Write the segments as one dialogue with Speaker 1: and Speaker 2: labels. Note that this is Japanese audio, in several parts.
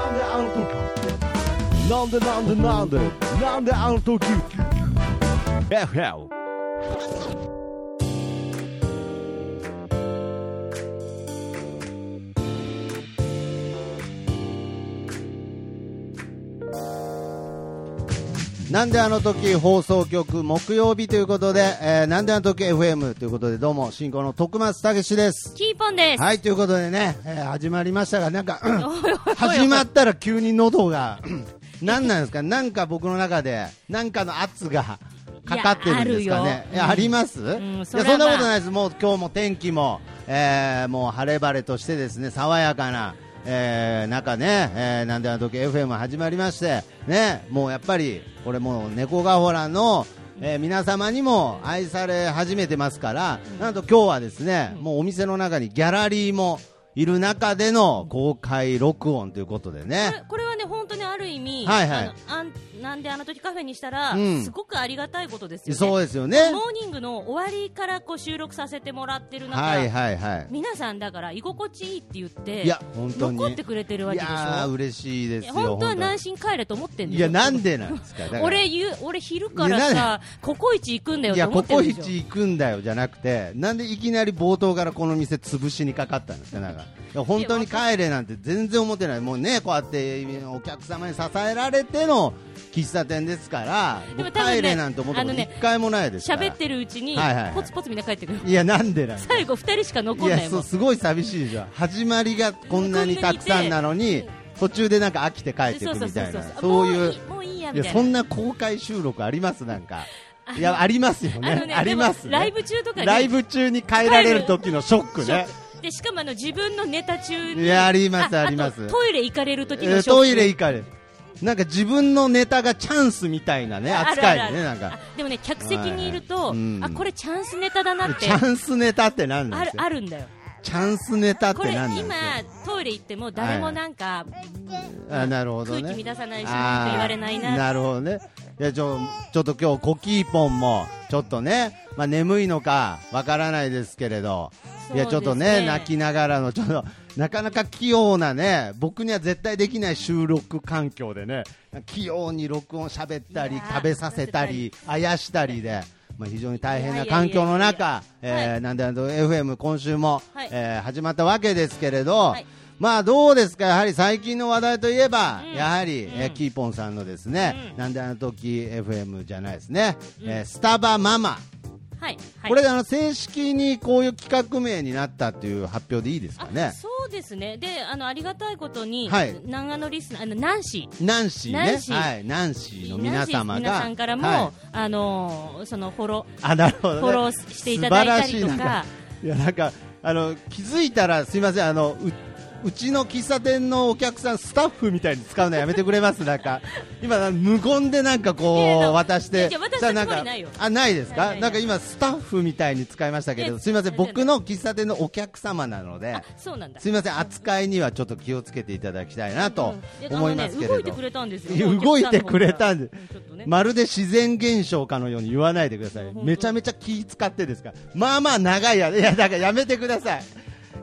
Speaker 1: なんでなんでなんでなんであの時 FL
Speaker 2: なんであの時放送局木曜日ということで、えーなんであの時 FM ということでどうも進行の徳松たけしです。
Speaker 3: キーポンです。
Speaker 2: はいということでね、えー始まりましたがなんか、
Speaker 3: おいおいおいおい
Speaker 2: 始まったら急に喉が 何なんですかなんか僕の中でなんかの圧がかかってるんですか
Speaker 3: いや
Speaker 2: ね
Speaker 3: あるよ
Speaker 2: いやあります、
Speaker 3: ん
Speaker 2: いや
Speaker 3: そ
Speaker 2: そ
Speaker 3: れ
Speaker 2: ん
Speaker 3: は
Speaker 2: な
Speaker 3: まあ
Speaker 2: ことないですもう今日も天気も、えーもう晴れ晴れとしてですね爽やかな、えー中ね、えーなんであの時 FM 始まりましてねもうやっぱりこれもう猫がほらのえー皆様にも愛され始めてますから、なんと今日はですね、もうお店の中にギャラリーもいる中での公開録音ということで
Speaker 3: これ
Speaker 2: ね。
Speaker 3: これはね本当にある意味、
Speaker 2: はいはい
Speaker 3: あのあんなんであの時カフェにしたら、
Speaker 2: うん
Speaker 3: すごくありがたいことですよね。
Speaker 2: そうですよね。
Speaker 3: モーニングの終わりからこう収録させてもらってる中、
Speaker 2: はいはいは
Speaker 3: 皆さんだから居心地いいって言って
Speaker 2: い。いや、本当に。
Speaker 3: 残ってくれてるわ
Speaker 2: い
Speaker 3: けでしょ。
Speaker 2: やー、嬉しいですよ。
Speaker 3: 本当は
Speaker 2: な
Speaker 3: 南進帰れと思ってんのよ。
Speaker 2: いや、なんでなんですか。だから
Speaker 3: 俺言う俺昼から
Speaker 2: いやな
Speaker 3: さココイチ行くんだよ
Speaker 2: い
Speaker 3: って
Speaker 2: や、
Speaker 3: 思
Speaker 2: コ
Speaker 3: ってる
Speaker 2: コ
Speaker 3: で
Speaker 2: イ
Speaker 3: しょ。
Speaker 2: チ行くんだよじゃなくて、なんでいきなり冒頭からこの店潰しにかかったんですか、なんか。いや本当に帰れなんて全然思ってない、もうね、こうやってお客様に支えられての喫茶店ですから、
Speaker 3: でも
Speaker 2: 僕
Speaker 3: 多分ね
Speaker 2: 帰れなんて思ったこと
Speaker 3: あの
Speaker 2: 一
Speaker 3: ね
Speaker 2: 回もないですから。
Speaker 3: 喋ってるうちに、
Speaker 2: はいはいはい
Speaker 3: ポツポツみんな帰ってくる。
Speaker 2: いや、なんでなんですか
Speaker 3: 最後二人しか残ん
Speaker 2: い
Speaker 3: な
Speaker 2: や
Speaker 3: いも
Speaker 2: そ
Speaker 3: ん
Speaker 2: う。すごい寂しいじゃん始まりがこんなにたくさんなのに途中でなんか飽きて帰ってくみたいなそういう
Speaker 3: もういいや
Speaker 2: い
Speaker 3: み
Speaker 2: や
Speaker 3: たい
Speaker 2: そ
Speaker 3: な。
Speaker 2: んな公開収録ありますなんか
Speaker 3: あの
Speaker 2: いやありますよ
Speaker 3: あの
Speaker 2: ね
Speaker 3: ね
Speaker 2: あります
Speaker 3: でもラ
Speaker 2: ね
Speaker 3: イブ中とかに
Speaker 2: ライブ中に帰られる時のショック
Speaker 3: ショッ
Speaker 2: ね
Speaker 3: クでしかもあの自分のネタ中に
Speaker 2: いやありますありま
Speaker 3: あ
Speaker 2: す
Speaker 3: とトイレ行かれる時
Speaker 2: え
Speaker 3: の
Speaker 2: ー
Speaker 3: ショック
Speaker 2: トイレ行かれなんか自分のネタがチャンスみたいなね
Speaker 3: あある
Speaker 2: 扱
Speaker 3: あ
Speaker 2: い
Speaker 3: る
Speaker 2: ね
Speaker 3: あ
Speaker 2: なん
Speaker 3: る
Speaker 2: か
Speaker 3: あでもね客席にい
Speaker 2: は
Speaker 3: る
Speaker 2: い
Speaker 3: と
Speaker 2: はいうん
Speaker 3: あこれチャンスネタだなっ て
Speaker 2: チャンスネタって何なんで
Speaker 3: ある
Speaker 2: すか
Speaker 3: あるんだよ
Speaker 2: チャンスネタっ
Speaker 3: こ
Speaker 2: て
Speaker 3: れ
Speaker 2: 何なんです
Speaker 3: 今
Speaker 2: か
Speaker 3: トイレ行っても誰もなんか
Speaker 2: あなるほどね
Speaker 3: 空気乱さないし
Speaker 2: あー
Speaker 3: 文句言われないな
Speaker 2: るほどねいやちょちょっと今日コキーポンもちょっとね、まあ、眠いのかわからないですけれど、いやちょっとね泣きながらのちょっとなかなか器用なね僕には絶対できない収録環境でね器用に録音喋った
Speaker 3: い
Speaker 2: り
Speaker 3: やー
Speaker 2: 食べさせたりあやしたりで。まあ、非常に大変
Speaker 3: い
Speaker 2: な
Speaker 3: や
Speaker 2: い
Speaker 3: やいや
Speaker 2: 環
Speaker 3: いや
Speaker 2: 境の中、
Speaker 3: は
Speaker 2: えーなんであの FM 今週も、
Speaker 3: はい
Speaker 2: えー始まったわけですけれど、
Speaker 3: い
Speaker 2: まあどうですか、やはり最近の話題といえば、
Speaker 3: うん
Speaker 2: やはり、
Speaker 3: うん
Speaker 2: えーキーポンさんのですね、
Speaker 3: うん
Speaker 2: なんであの時 FM じゃないですね、えースタバママ、
Speaker 3: はいはい
Speaker 2: これあの正式にこういう企画名になったっていう発表でいいですか
Speaker 3: あ
Speaker 2: ね、
Speaker 3: そうですねであのありがたいことに
Speaker 2: はい
Speaker 3: 長野リスナーあのナンシー
Speaker 2: ナンシー
Speaker 3: ナ
Speaker 2: ね
Speaker 3: ン、シー
Speaker 2: はい、ナンシーの皆
Speaker 3: ナ
Speaker 2: 様
Speaker 3: ンシー皆
Speaker 2: が、
Speaker 3: さんからも、
Speaker 2: はい
Speaker 3: あのーそのフォロ
Speaker 2: あなるほど、ね、
Speaker 3: フォローしていただいたりとか
Speaker 2: 素晴らしいなんかいやなんかあの気づいたらすいませんあのううちの喫茶店のお客さんスタッフみたいに使うのやめてくれますなん か今無言でなんか
Speaker 3: いやいや
Speaker 2: こう渡し
Speaker 3: いや
Speaker 2: て
Speaker 3: いや
Speaker 2: し
Speaker 3: 私たち
Speaker 2: たらなん
Speaker 3: つも
Speaker 2: か
Speaker 3: りないよ
Speaker 2: あないです
Speaker 3: ないな
Speaker 2: か
Speaker 3: いない
Speaker 2: なんか今スタッフみたいに使いましたけ
Speaker 3: いや
Speaker 2: どすいません
Speaker 3: 全然
Speaker 2: 僕の喫茶店のお客様なので
Speaker 3: あそうなんだ
Speaker 2: すいません扱いにはちょっと気をつけていただきたいなと
Speaker 3: うん
Speaker 2: 思いますけ
Speaker 3: あの
Speaker 2: れ
Speaker 3: ね動いて
Speaker 2: ど
Speaker 3: くれたんです
Speaker 2: いや
Speaker 3: よ
Speaker 2: 動いてくれたんで
Speaker 3: お客さの方がうんちょっとね
Speaker 2: まるで自然現象かのように言わないでください、
Speaker 3: 本当
Speaker 2: めちゃめちゃ気使ってですから、まあまあ長い や、いやだからやめてください、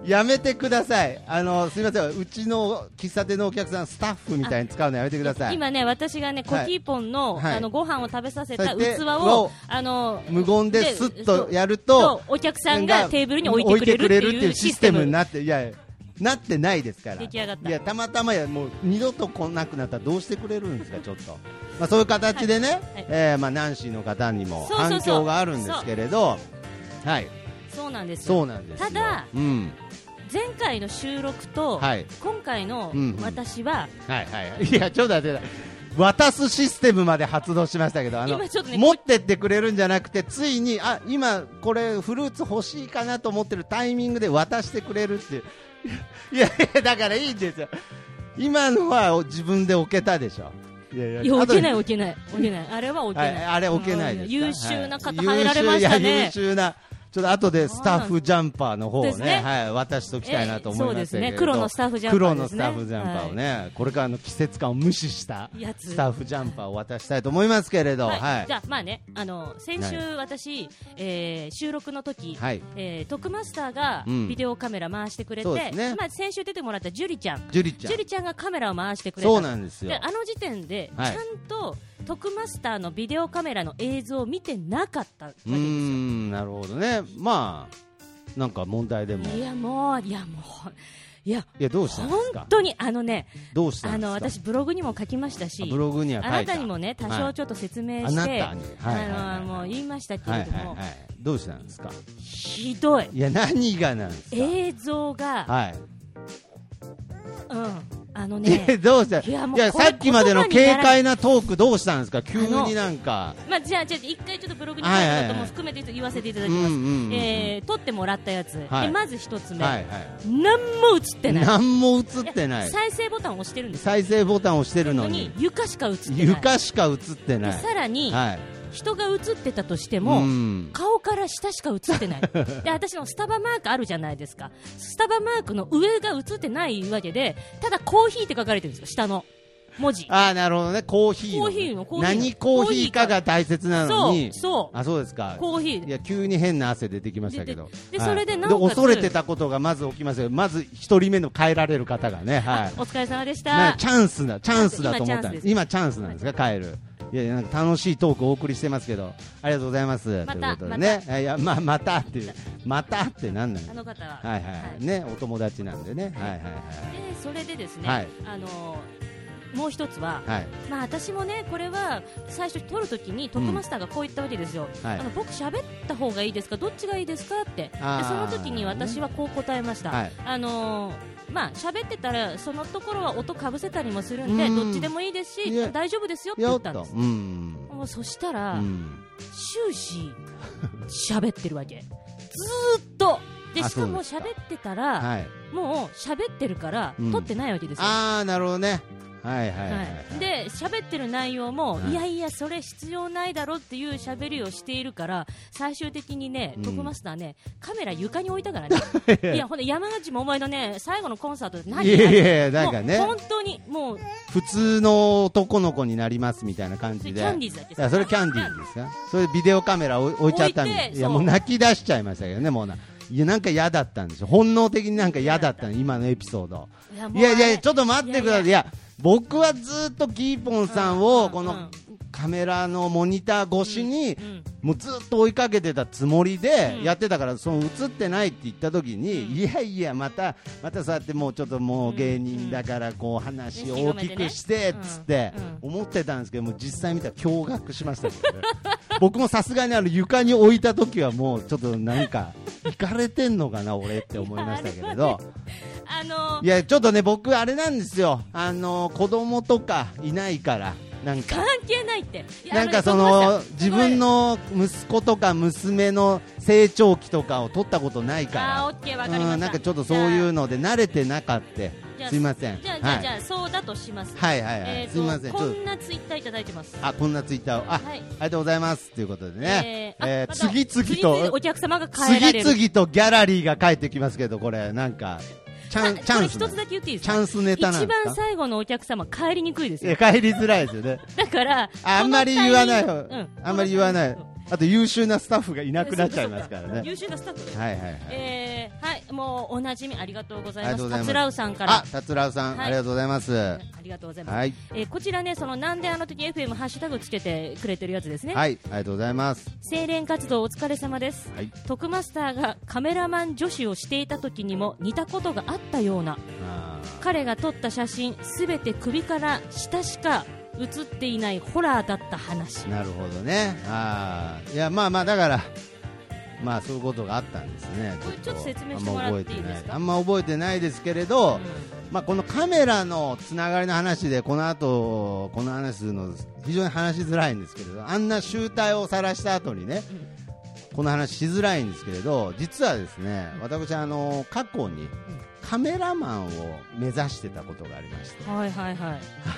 Speaker 2: やめてください、あのすみません、うちの喫茶店のお客さん、スタッフみたいに使うのやめてください、
Speaker 3: 今ね私がねコ
Speaker 2: はい
Speaker 3: キーポンの,、
Speaker 2: はい
Speaker 3: あのご飯を食べさせ
Speaker 2: さ
Speaker 3: た
Speaker 2: せて
Speaker 3: 器を、
Speaker 2: を
Speaker 3: あの
Speaker 2: 無言ですっとやると、
Speaker 3: そうお客さんがテーブルに置いてく
Speaker 2: 置
Speaker 3: れる
Speaker 2: い
Speaker 3: っていう
Speaker 2: シ
Speaker 3: シ
Speaker 2: ス
Speaker 3: ス
Speaker 2: テ
Speaker 3: テ
Speaker 2: ム
Speaker 3: ム
Speaker 2: になって、いや、なってないですから、
Speaker 3: 出来上がった
Speaker 2: いやたまたまや、もう二度と来なくなったらどうしてくれるんですか、ちょっと、まあ、そういう形でね、
Speaker 3: はい
Speaker 2: えーまあ、ナンシーの方にも
Speaker 3: そうそうそう
Speaker 2: 反響があるんですけれど、はい、
Speaker 3: そうなんですよ
Speaker 2: そうなんですよ
Speaker 3: ただ、
Speaker 2: うん、
Speaker 3: 前回の収録と、
Speaker 2: はい
Speaker 3: 今回の
Speaker 2: うんうん
Speaker 3: 私は、
Speaker 2: はいはい、いや、ちょっと待って、渡すシステムまで発動しましたけど、あの
Speaker 3: 今ちょっとね
Speaker 2: 持ってってくれるんじゃなくて、ついに、あ今、これ、フルーツ欲しいかなと思ってるタイミングで渡してくれるっていう、 いやいや、だからいいんですよ、今のは自分で置けたでしょ。いやいや
Speaker 3: いや置けない
Speaker 2: 後で
Speaker 3: 置けない置けないあれは置け
Speaker 2: は
Speaker 3: ないい、
Speaker 2: あれ置けないですか、
Speaker 3: 優秀な方
Speaker 2: はい
Speaker 3: 入られました
Speaker 2: 優秀いや
Speaker 3: ね
Speaker 2: 優秀なちちょっと後でスタッフジャンパーの方を
Speaker 3: です
Speaker 2: ね、
Speaker 3: ね
Speaker 2: はい、渡しときたいなと思いますけれど
Speaker 3: えーそうですね黒のスタッフジャンパーですね
Speaker 2: 黒のスタッフジャンパーをね、これからの季節感を無視した
Speaker 3: やつ
Speaker 2: スタッフジャンパーを渡したいと思いますけれど、はい、
Speaker 3: じゃあまあねあの先週私、えー収録の時、
Speaker 2: はい
Speaker 3: えートクマスターが
Speaker 2: うん
Speaker 3: ビデオカメラ回してくれて、
Speaker 2: そうですね
Speaker 3: まあ、先週出てもらったジュリちゃん
Speaker 2: ジュリちゃん
Speaker 3: ジュリちゃんがカメラを回してくれた
Speaker 2: そうなんですよ
Speaker 3: あの時点で、
Speaker 2: はい
Speaker 3: ちゃんとトクマスターのビデオカメラの映像を見てなかったわけ
Speaker 2: うー
Speaker 3: ですよ
Speaker 2: んなるほどねまあなんか問題でも
Speaker 3: い
Speaker 2: い
Speaker 3: やもういやもういや
Speaker 2: やどうしたんです
Speaker 3: 本
Speaker 2: か
Speaker 3: 当にあのね
Speaker 2: どうしたん
Speaker 3: あ
Speaker 2: ですか
Speaker 3: の私ブログにも書きましたし
Speaker 2: あブログには書い
Speaker 3: あ
Speaker 2: た
Speaker 3: なたにもね多
Speaker 2: は
Speaker 3: 少
Speaker 2: い
Speaker 3: ちょっと説明
Speaker 2: あ
Speaker 3: し
Speaker 2: な
Speaker 3: て、
Speaker 2: たにはいはいはい
Speaker 3: あのもう言いましたけ
Speaker 2: はい
Speaker 3: れ
Speaker 2: はい
Speaker 3: ども、
Speaker 2: はいどうしたんですか
Speaker 3: ひどい
Speaker 2: いや何がなんですか
Speaker 3: 映像が、
Speaker 2: はい
Speaker 3: うん、あの
Speaker 2: いや
Speaker 3: ね、
Speaker 2: どうした
Speaker 3: いやもう
Speaker 2: いや
Speaker 3: これ
Speaker 2: さっきまでの
Speaker 3: 言葉にな
Speaker 2: 軽
Speaker 3: らない
Speaker 2: 快なトークどうしたんですか急
Speaker 3: あの
Speaker 2: になんか
Speaker 3: まあ、じゃあ、じゃあ一回ちょっとブログに書いたことも含めて言わせていただきます
Speaker 2: うんうんうんう、ん
Speaker 3: えー撮ってもらったやつ、
Speaker 2: はい
Speaker 3: でまず一つ目、
Speaker 2: は
Speaker 3: ないん
Speaker 2: は
Speaker 3: 何も映っ
Speaker 2: い
Speaker 3: てない
Speaker 2: 何も映ってない
Speaker 3: や再生ボタンを押してるんですよ、
Speaker 2: 再生ボタンを押してるのに
Speaker 3: 床しか映ってない、
Speaker 2: 床しか映って
Speaker 3: で
Speaker 2: ない
Speaker 3: さらに、
Speaker 2: はい
Speaker 3: 人が映ってたとしても、
Speaker 2: うん
Speaker 3: 顔から下しか映っ てないで私のスタバマークあるじゃないですかスタバマークの上が映ってないわけでただコーヒーって書かれてるんですよ下の文字
Speaker 2: ああなるほどねコーヒーのね
Speaker 3: コーヒーのコーヒーの
Speaker 2: 何コーヒーかが大切なの
Speaker 3: そう
Speaker 2: に
Speaker 3: そう
Speaker 2: あそうですか
Speaker 3: コーヒ
Speaker 2: い
Speaker 3: ー
Speaker 2: や急に変な汗出てきましたけど
Speaker 3: でででそれで
Speaker 2: はい
Speaker 3: なおかつ
Speaker 2: 恐れてたことがまず起きますよまず一人目の帰られる方がねはい
Speaker 3: お疲れ様でし
Speaker 2: な
Speaker 3: た
Speaker 2: チャンスだチャンスだと思ったんです今
Speaker 3: 今
Speaker 2: チャンスなんですか帰るいやいやなんか楽しいトークをお送りしてますけどありがとうございます
Speaker 3: また
Speaker 2: ということでねいやままたっていうまたってなんなん
Speaker 3: あの方は、
Speaker 2: はいはい、ねお友達なんでねはいはい
Speaker 3: でそれでですね、
Speaker 2: はい
Speaker 3: あのーもう一つは、
Speaker 2: はいはい
Speaker 3: まあ、私もねこれは最初撮るときにトップマスターがこう言ったわけですよ、
Speaker 2: はい
Speaker 3: あの僕喋った方がいいですかどっちがいいですかってで
Speaker 2: あー
Speaker 3: その時に私はこう答えました、
Speaker 2: はい
Speaker 3: あのーまあ喋ってたらそのところは音かぶせたりもするんで
Speaker 2: うん
Speaker 3: どっちでもいいです
Speaker 2: いや
Speaker 3: し大丈夫ですよって言
Speaker 2: よっ
Speaker 3: ったんで
Speaker 2: と
Speaker 3: す
Speaker 2: うん
Speaker 3: もうそしたら、
Speaker 2: うん
Speaker 3: 終始喋ってるわけずーっとで
Speaker 2: あ
Speaker 3: しかも
Speaker 2: そうで
Speaker 3: 喋ってたら、
Speaker 2: はい
Speaker 3: もう喋ってるから、
Speaker 2: うん
Speaker 3: 撮ってないわけですよ
Speaker 2: ああなるほどねはいはいはい、は
Speaker 3: はい、
Speaker 2: い、
Speaker 3: で喋ってる内容も、
Speaker 2: はい
Speaker 3: い、やいや、それ必要ないだろっていう喋りをしているから最終的にね、
Speaker 2: うん
Speaker 3: トクマスターねカメラ床に置い たからねいやほんで山口百恵のね最後のコンサートで何
Speaker 2: いやいやいやなんかね
Speaker 3: もう本当にもう
Speaker 2: 普通の男の子になりますみたいな感
Speaker 3: そ
Speaker 2: じ
Speaker 3: れ
Speaker 2: で
Speaker 3: キャンディーズだっけ
Speaker 2: いやそれキャンディーズですかそれビデオカメラを置いちゃったん
Speaker 3: 置い
Speaker 2: で
Speaker 3: て
Speaker 2: すいや
Speaker 3: そう
Speaker 2: もう泣き出しちゃいましたけどねもうないやなんか嫌だったんですよ本能的になんか嫌だったの今のエピソード
Speaker 3: いやもう
Speaker 2: いやい
Speaker 3: あ
Speaker 2: や
Speaker 3: れ
Speaker 2: ちょっと待ってくださいい
Speaker 3: い
Speaker 2: や僕はずっとキーポンさん
Speaker 3: うんうんう
Speaker 2: を
Speaker 3: ん
Speaker 2: このカメラのモニター越しに
Speaker 3: うん
Speaker 2: もうずっと追いかけてたつもりで
Speaker 3: うん
Speaker 2: やってたからその映ってないって言った時
Speaker 3: うん
Speaker 2: にいやいやまたまたそうやってもうちょっともう芸人だからこう話を大きくしてっ
Speaker 3: うん
Speaker 2: つって
Speaker 3: う
Speaker 2: 思ってたんですけどもう実際見たら驚愕しましたけどね 僕もさすがにあの床に置いた時はもうちょっとなんかいかれてんのかな俺って思いましたけれど。
Speaker 3: あの
Speaker 2: いやちょっとね僕あれなんですよあの子供とかいないからなんか
Speaker 3: 関係ないっていや
Speaker 2: なん
Speaker 3: あ
Speaker 2: かそ
Speaker 3: トク
Speaker 2: の
Speaker 3: マスター
Speaker 2: 自分の息子とか娘の成長期とかを取ったことない
Speaker 3: あー
Speaker 2: か
Speaker 3: オッケーわ
Speaker 2: ら
Speaker 3: かりました
Speaker 2: うんなんかちょっとそういうので慣れてなかって
Speaker 3: じゃあ
Speaker 2: すいません
Speaker 3: じゃあじゃあ、
Speaker 2: はい
Speaker 3: じゃあそうだとします
Speaker 2: はいはいはい、
Speaker 3: えーと
Speaker 2: すいませんち
Speaker 3: こ
Speaker 2: ょっと
Speaker 3: んなツイッターいただいてます
Speaker 2: あこんなツイッターをあ、
Speaker 3: はい
Speaker 2: ありがとうございますということでね、
Speaker 3: えーあ
Speaker 2: えー
Speaker 3: また
Speaker 2: 次
Speaker 3: 次
Speaker 2: 々
Speaker 3: 々
Speaker 2: と
Speaker 3: お客様が帰られ
Speaker 2: 次
Speaker 3: る
Speaker 2: 々とギャラリーが帰ってきますけどこれなんかチャンチ
Speaker 3: あ
Speaker 2: ャンス
Speaker 3: こ
Speaker 2: な
Speaker 3: れ一つだけ言っていいです
Speaker 2: チ
Speaker 3: か
Speaker 2: ャンスネタなん
Speaker 3: 一
Speaker 2: ですか
Speaker 3: 番最後のお客様帰りにくいです
Speaker 2: いや
Speaker 3: よ
Speaker 2: 帰りづらいですよね
Speaker 3: だから
Speaker 2: あんまり言わない
Speaker 3: こ
Speaker 2: よ、
Speaker 3: のタイミングうん
Speaker 2: あんまり言わない
Speaker 3: このタイミング、
Speaker 2: あと優秀なスタッフがいなくなっちゃいますから
Speaker 3: そう
Speaker 2: ね、
Speaker 3: 優秀なスタッフが
Speaker 2: はいはいはい、
Speaker 3: えーはいもうおなじみありがとうござい
Speaker 2: ありがとうご
Speaker 3: ます
Speaker 2: ざいます
Speaker 3: 桂らうさんから
Speaker 2: あたつらうさん、
Speaker 3: はい
Speaker 2: ありがとうございます、は
Speaker 3: ありがとうございます、
Speaker 2: い、
Speaker 3: えーこちらねそのなんであの時 FM ハッシュタグつけてくれてるやつですね、
Speaker 2: はい、ありがとうございます、
Speaker 3: 清廉活動お疲れ様です
Speaker 2: はい、
Speaker 3: トクマスターがカメラマン女子をしていた時にも似たことがあったような
Speaker 2: あ
Speaker 3: 彼が撮った写真すべて首から下しか写っていないホラーだった話
Speaker 2: ーなるほどね、あーいや、まあまあ、だから、まあそういうことがあったんですね、
Speaker 3: これちょっと説明してもらっていいですか
Speaker 2: あんま覚えてないあんま覚えてないですけれど、まあ、このカメラのつながりの話でこの後この話するの非常に話しづらいんですけれどあんな集大を晒した後にね、この話しづらいんですけれど実はですね私あの過去にカメラマンを目指してたことがありまして、
Speaker 3: はいはいはい。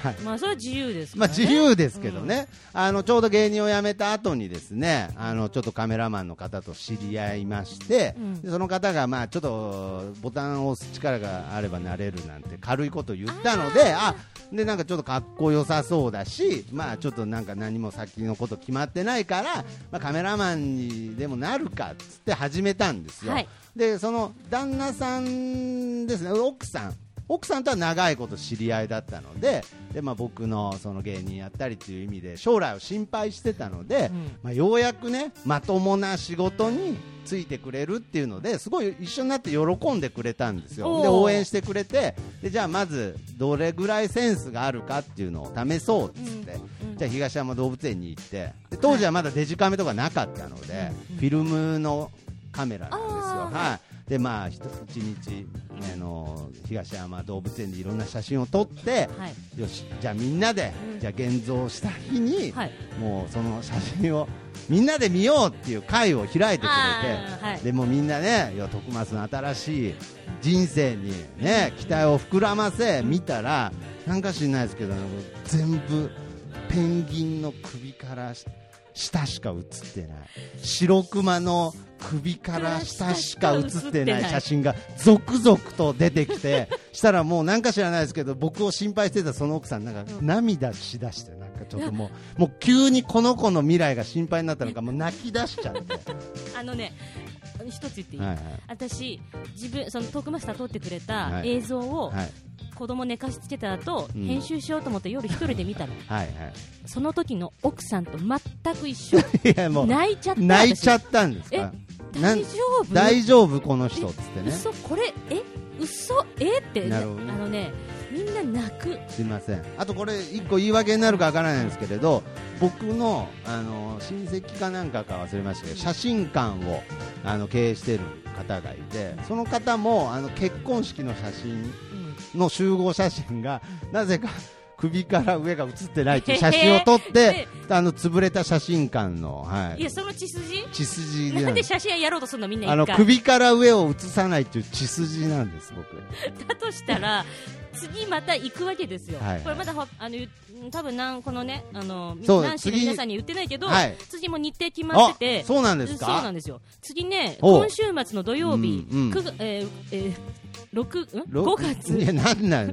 Speaker 2: はい
Speaker 3: まあそれは自由ですか
Speaker 2: まあ、
Speaker 3: ら、ね。
Speaker 2: 自由ですけどね、あのちょうど芸人を辞めた後にですねあのちょっとカメラマンの方と知り合いまして、
Speaker 3: うん
Speaker 2: でその方がまあちょっとボタンを押す力があればなれるなんて軽いこと言ったのであでなんかちょっとかっこよさそうだし、まあ、ちょっとなんか何も先のこと決まってないから、まあ、カメラマンにでもなるかっつって始めたんですよ、
Speaker 3: はい
Speaker 2: でその旦那さんですね奥さん奥さんとは長いこと知り合いだったのでで、まあ、僕のその芸人やったりという意味で将来を心配してたので、
Speaker 3: うん
Speaker 2: まあ、ようやくねまともな仕事についてくれるっていうのですごい一緒になって喜んでくれたんですよで
Speaker 3: おー
Speaker 2: 応援してくれてでじゃあまずどれぐらいセンスがあるかっていうのを試そうっつって、
Speaker 3: うん
Speaker 2: じゃあ東山動物園に行ってで当時はまだデジカメとかなかったので、フィルムのカメラなんですよ。
Speaker 3: あー
Speaker 2: はいでまあ、ひと一日、あの東山動物園でいろんな写真を撮って、
Speaker 3: はい。
Speaker 2: よしじゃあみんなで、
Speaker 3: うん
Speaker 2: じゃあ現像した日に、
Speaker 3: はい。
Speaker 2: もうその写真をみんなで見ようっていう会を開いてくれて、
Speaker 3: あーはい
Speaker 2: でもうみんなねいや徳松の新しい人生にね期待を膨らませ見たらなんか知んないですけど全部ペンギンの首から下しか写ってない白熊の首から下しか写ってない写真が続々と出てきてしたらもうなんか知らないですけど僕を心配してたその奥さんなんか涙しだしてなんかちょっともうもう急にこの子の未来が心配になったのかもう泣き出しちゃって。
Speaker 3: あのね、一つ言っていい、
Speaker 2: はいはい
Speaker 3: 私、自分、その徳松さん撮ってくれた
Speaker 2: はい
Speaker 3: 映像を
Speaker 2: はい
Speaker 3: 子供寝かしつけた後、
Speaker 2: うん
Speaker 3: 編集しようと思って夜一人で見たの。
Speaker 2: はいは
Speaker 3: その時の奥さんと全く 一緒。
Speaker 2: い。いやもう
Speaker 3: 泣いちゃった。
Speaker 2: 泣いちゃ
Speaker 3: っ
Speaker 2: ったんですか。
Speaker 3: た
Speaker 2: な
Speaker 3: 大
Speaker 2: ん
Speaker 3: 丈夫
Speaker 2: 大丈夫この人っつってね。
Speaker 3: 嘘これ、え嘘えって、
Speaker 2: な
Speaker 3: あ
Speaker 2: るほどね
Speaker 3: のね、みんな泣く。
Speaker 2: すいません。あとこれ一個言い訳になるかわからないんですけれど、僕のあの親戚かなんかか忘れましたけど、写真館をあの経営してる方がいて、その方もあの結婚式の写真
Speaker 3: うん
Speaker 2: の集合写真がなぜか。首から上が写って ないっていう写真を撮って、あの潰れた写真館の、はい
Speaker 3: や、
Speaker 2: い、
Speaker 3: その血筋
Speaker 2: 血筋
Speaker 3: なんで
Speaker 2: で
Speaker 3: 写真屋やろうとするのみんな
Speaker 2: あの
Speaker 3: 一回
Speaker 2: 首から上を写さないっていう血筋なんです、僕。
Speaker 3: だとしたら次また行くわけですよ、
Speaker 2: はいはい
Speaker 3: これまだほあのゆ多分なんこのねあの
Speaker 2: そう
Speaker 3: 何市の
Speaker 2: 次
Speaker 3: 皆さんに言ってないけど、
Speaker 2: はい
Speaker 3: 次も日程決まってて
Speaker 2: あそうなんですか
Speaker 3: そうなんですよ次ね
Speaker 2: ほう
Speaker 3: 今週末の土曜日、
Speaker 2: うんうん
Speaker 3: くがえーえー六ん
Speaker 2: ろ
Speaker 3: 5月
Speaker 2: いや、なんなん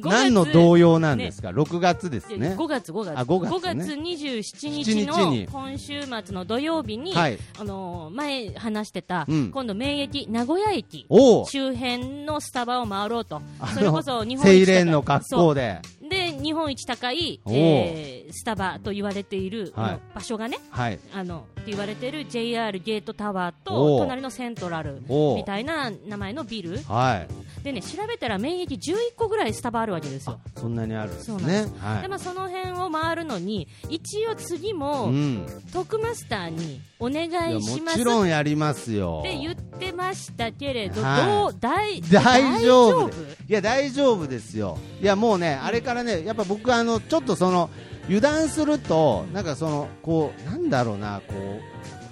Speaker 3: 五月
Speaker 2: 何の動揺なんですか、6月ですね。
Speaker 3: 5月5月
Speaker 2: あ五月ね
Speaker 3: 5月27日
Speaker 2: 7日に
Speaker 3: の今週末の土曜日に、
Speaker 2: はい
Speaker 3: あのー前話してた、
Speaker 2: うん
Speaker 3: 今度免疫名古屋駅
Speaker 2: おお
Speaker 3: 周辺のスタバを回ろうと
Speaker 2: あの
Speaker 3: それこそ日本
Speaker 2: セ
Speaker 3: 一
Speaker 2: イ
Speaker 3: 高い
Speaker 2: レーンの格
Speaker 3: そう
Speaker 2: 好で。
Speaker 3: で日本一高い、
Speaker 2: おう
Speaker 3: えースタバと言われている、
Speaker 2: はい
Speaker 3: 場所がね
Speaker 2: はい。
Speaker 3: あのって言われている JR ゲートタワー
Speaker 2: お
Speaker 3: と
Speaker 2: う
Speaker 3: 隣のセントラル
Speaker 2: おう
Speaker 3: みたいな名前のビル
Speaker 2: はい。
Speaker 3: でね調べたら免疫11個ぐらいスタバあるわけです
Speaker 2: あ
Speaker 3: よ。、
Speaker 2: そんなにあるんです
Speaker 3: そうなん
Speaker 2: ね
Speaker 3: で。
Speaker 2: は
Speaker 3: で
Speaker 2: い。
Speaker 3: まあ、その辺を回るのに一応次
Speaker 2: う
Speaker 3: も
Speaker 2: ん。
Speaker 3: トクマスターにお願
Speaker 2: いや
Speaker 3: いし
Speaker 2: も
Speaker 3: ます
Speaker 2: ちろんやりますよ。
Speaker 3: って言ってましたけれど、
Speaker 2: はい
Speaker 3: どう大
Speaker 2: 大丈夫
Speaker 3: 大丈
Speaker 2: いや大丈夫ですよ、いやもうね、あれからね、やっぱ僕あの、ちょっとその油断すると、なんかその、こう、なんだろうな、こ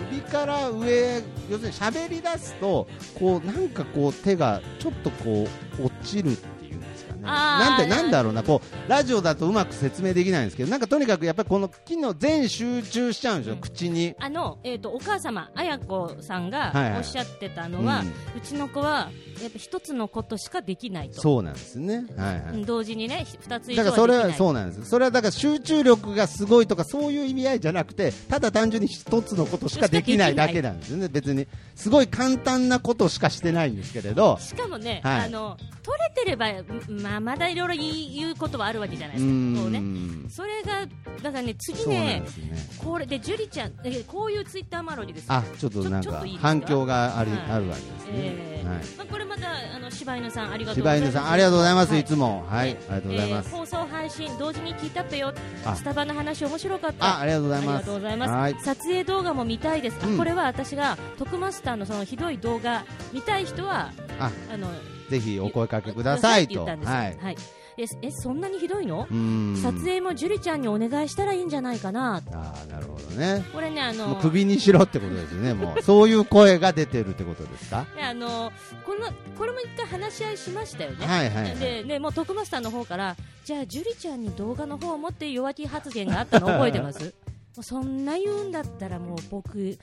Speaker 2: う、首から上、要するに喋り出すと、こう、なんかこう、手がちょっとこう、落ちるっていうんですかね、
Speaker 3: あ
Speaker 2: な
Speaker 3: ー
Speaker 2: んて、なんだろうな、こう、ラジオだとうまく説明できないんですけど、なんかとにかくやっぱりこの木の全集中しちゃうんですよ、
Speaker 3: うん
Speaker 2: 口に。
Speaker 3: あの、えー、とお母様、綾子さ
Speaker 2: は
Speaker 3: ん
Speaker 2: いはい
Speaker 3: がおっしゃってたのは、
Speaker 2: う
Speaker 3: うんちの子はやっぱ一つのことしかできないと、
Speaker 2: そうなんですね。はいはい。
Speaker 3: うん同時にね、ひ二つ以
Speaker 2: だか
Speaker 3: 上
Speaker 2: ら
Speaker 3: は
Speaker 2: それは
Speaker 3: できない。
Speaker 2: そうなんですそれはだから集中力がすごいとかそういう意味合いじゃなくてただ単純に一つのことしかできないだけなんですよね別にすごい簡単なことしかしてないんですけれど
Speaker 3: しかもね、
Speaker 2: はい
Speaker 3: あの取れてれば、まあ、まだいろいろ言い言うことはあるわけじゃないうですか、こうね、
Speaker 2: ん
Speaker 3: それがだからね、次
Speaker 2: そうなん
Speaker 3: ね
Speaker 2: で、すね
Speaker 3: これで樹里ちゃん、えーこういうツイッターもあるわけですよ
Speaker 2: あちょっとなん
Speaker 3: ちょっ
Speaker 2: か
Speaker 3: といいですか
Speaker 2: 反響があり
Speaker 3: はい
Speaker 2: あるわけです
Speaker 3: え
Speaker 2: ね
Speaker 3: ー
Speaker 2: はい
Speaker 3: まあ、これまたあの柴犬さん、ありがとうご
Speaker 2: 柴
Speaker 3: ざいます
Speaker 2: 犬さんありがとうございます
Speaker 3: はい
Speaker 2: つもはい
Speaker 3: ね
Speaker 2: ありがとうございま
Speaker 3: えー
Speaker 2: す
Speaker 3: 放送配信同時に聞いたっぺよ
Speaker 2: あ
Speaker 3: スタバの話面白かった
Speaker 2: あありがとうございます
Speaker 3: ありがとうございます
Speaker 2: はい
Speaker 3: 撮影動画も見たいです、あ
Speaker 2: うん
Speaker 3: これは私が徳マスターのそのひどい動画見たい人は
Speaker 2: あ
Speaker 3: あの
Speaker 2: ぜひお声かけくださいと。
Speaker 3: 言ったんですよ
Speaker 2: はい。
Speaker 3: はいええそんなにひどいの
Speaker 2: う、ん
Speaker 3: 撮影も樹里ちゃんにお願いしたらいいんじゃないかな
Speaker 2: ああ、なるほどね。
Speaker 3: これねあ
Speaker 2: もう
Speaker 3: の
Speaker 2: 首にしろってことですね。もう、そういう声が出てるってことですか
Speaker 3: であのこのこれも一回話し合いしましたよね、
Speaker 2: はいはいはい。
Speaker 3: でね、もう徳松さんの方から、じゃあ、樹里ちゃんに動画の方を持って弱気発言があったの覚えてます もうそんな言うんだったら、もう僕、え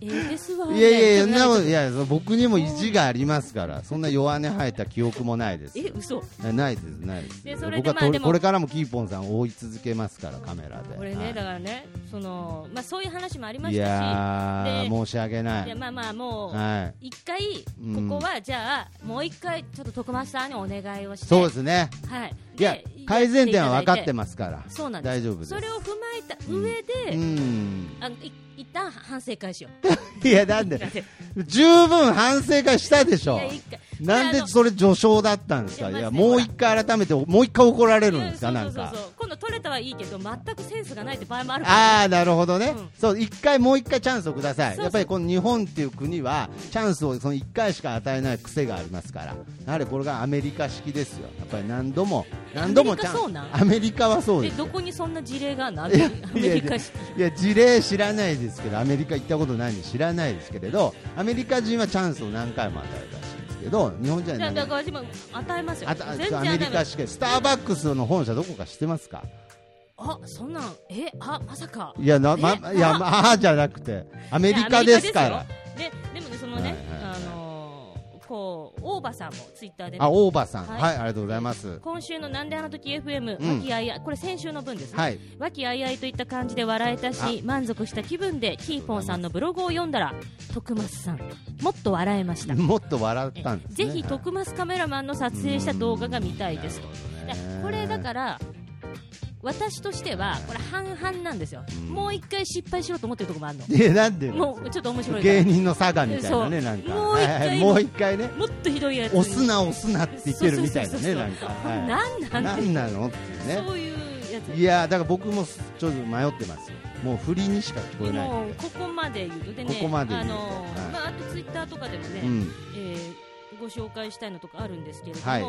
Speaker 3: えですわ、
Speaker 2: いやいやいや、そん
Speaker 3: みた
Speaker 2: な
Speaker 3: な
Speaker 2: こ
Speaker 3: こと
Speaker 2: といや、その僕にも意地がありますから、そんな弱音吐いた記憶もないです。
Speaker 3: え、嘘
Speaker 2: えないです、ないです。
Speaker 3: でそれ
Speaker 2: 僕
Speaker 3: で
Speaker 2: は
Speaker 3: まあ
Speaker 2: と
Speaker 3: でも
Speaker 2: これからもキーポンさんを追い続けますから、カメラで。
Speaker 3: これね、
Speaker 2: はい
Speaker 3: だからね、そのまあ、そういう話もありま
Speaker 2: い
Speaker 3: したし、
Speaker 2: や
Speaker 3: で
Speaker 2: ー、申し訳ない
Speaker 3: や
Speaker 2: い。
Speaker 3: まあまあ、もう
Speaker 2: はい。
Speaker 3: 一回、
Speaker 2: うん
Speaker 3: ここはじゃあ、もう一回、ちょっと徳松さんにお願いをして、
Speaker 2: そうですね。
Speaker 3: はい、
Speaker 2: いや
Speaker 3: で、
Speaker 2: 改善点は分かって
Speaker 3: やていただい
Speaker 2: ますから
Speaker 3: て。そうなんです
Speaker 2: 大丈夫です
Speaker 3: そ。れを踏まえた上
Speaker 2: う
Speaker 3: で、
Speaker 2: ん。
Speaker 3: あのい一旦反省会しよう。
Speaker 2: いや、なんで、十分反省会したでしょ
Speaker 3: いや。一回
Speaker 2: なん
Speaker 3: い
Speaker 2: で
Speaker 3: やあの
Speaker 2: それ序章だったんですか
Speaker 3: い
Speaker 2: い
Speaker 3: や
Speaker 2: や、
Speaker 3: マジで
Speaker 2: もう一回改めて、もう一回怒られるんです
Speaker 3: そ
Speaker 2: か
Speaker 3: う
Speaker 2: な
Speaker 3: そうんそう
Speaker 2: か
Speaker 3: そう。今度取れたはいいけど全くセンスがないって場合もあるから
Speaker 2: ああ、なるほどね
Speaker 3: うん。
Speaker 2: そう、一回、もう一回チャンスをくださ
Speaker 3: そう
Speaker 2: い。
Speaker 3: そう
Speaker 2: やっぱりこの日本っていう国は、チャンスをその一回しか与えない癖がありますから。やはりこれがアメリカ式ですよ。やっぱり何度も、何度もチャン
Speaker 3: アメリカそうなん
Speaker 2: ス。アメリカはそう
Speaker 3: で
Speaker 2: ですよ
Speaker 3: ど。こにそんな事例があるのアメリカアメリカ式
Speaker 2: いや事例知らないですけどアメリカ行ったことないんで知らないですけれどアメリカ人はチャンスを何回も与えるらしいんですけど日本人は
Speaker 3: だ
Speaker 2: 何
Speaker 3: だ
Speaker 2: 回も
Speaker 3: から今与えますよ
Speaker 2: あとあ
Speaker 3: 全
Speaker 2: と
Speaker 3: 然
Speaker 2: ア
Speaker 3: 与
Speaker 2: メ
Speaker 3: え
Speaker 2: リ
Speaker 3: ま
Speaker 2: カ
Speaker 3: す
Speaker 2: しかスターバックスの本社どこか知ってますか
Speaker 3: あそんなんえあまさか
Speaker 2: いやな、ま、
Speaker 3: え
Speaker 2: いや
Speaker 3: あ
Speaker 2: まああじゃなくてアメリカですから
Speaker 3: いやアメリカですよででもねそのね、
Speaker 2: はいはいはい
Speaker 3: あのーこう大場さんもツイッターでね、
Speaker 2: あ大場さん
Speaker 3: は
Speaker 2: はいい、ありがとうございます
Speaker 3: 今週のなんであの時 FM
Speaker 2: うん
Speaker 3: 和気あいあい、これ先週の分ですね
Speaker 2: はい
Speaker 3: 和気あいあいといった感じで笑えたし満足した気分でキーポンさんのブログを読んだら徳松さんもっと笑えました
Speaker 2: もっと笑ったんです、ね、
Speaker 3: ぜひ徳松カメラマンの撮影した動画が見たいですと、だこれだ
Speaker 2: ら
Speaker 3: から私としてはこれ半々なんですよ、
Speaker 2: うん
Speaker 3: もう一回失敗しようと思ってるとこもあるの
Speaker 2: いやなんで
Speaker 3: もうちょっと面白いか
Speaker 2: 芸
Speaker 3: ら
Speaker 2: 人の差がみたいな
Speaker 3: そ
Speaker 2: ね
Speaker 3: う
Speaker 2: なんか
Speaker 3: もう一回
Speaker 2: はいはいもう一回ね
Speaker 3: もっとひどいやつに
Speaker 2: 押すな押すなって言ってるみたいな
Speaker 3: そうそうそう
Speaker 2: ね
Speaker 3: そう
Speaker 2: なんか、
Speaker 3: これ
Speaker 2: は、
Speaker 3: 何ないんだ
Speaker 2: 何なのっていうね
Speaker 3: そういうやつ
Speaker 2: いやーだから僕もちょっと迷ってますよもう振りにしか聞こえない
Speaker 3: も
Speaker 2: ん
Speaker 3: う
Speaker 2: で
Speaker 3: ここまで言うとで
Speaker 2: こ
Speaker 3: ね
Speaker 2: こまで
Speaker 3: あ
Speaker 2: 言うと
Speaker 3: の
Speaker 2: はい
Speaker 3: まあ、あとツイッターとかでもね、
Speaker 2: うん
Speaker 3: えーご紹介したいのとかあるんですけれども、
Speaker 2: はい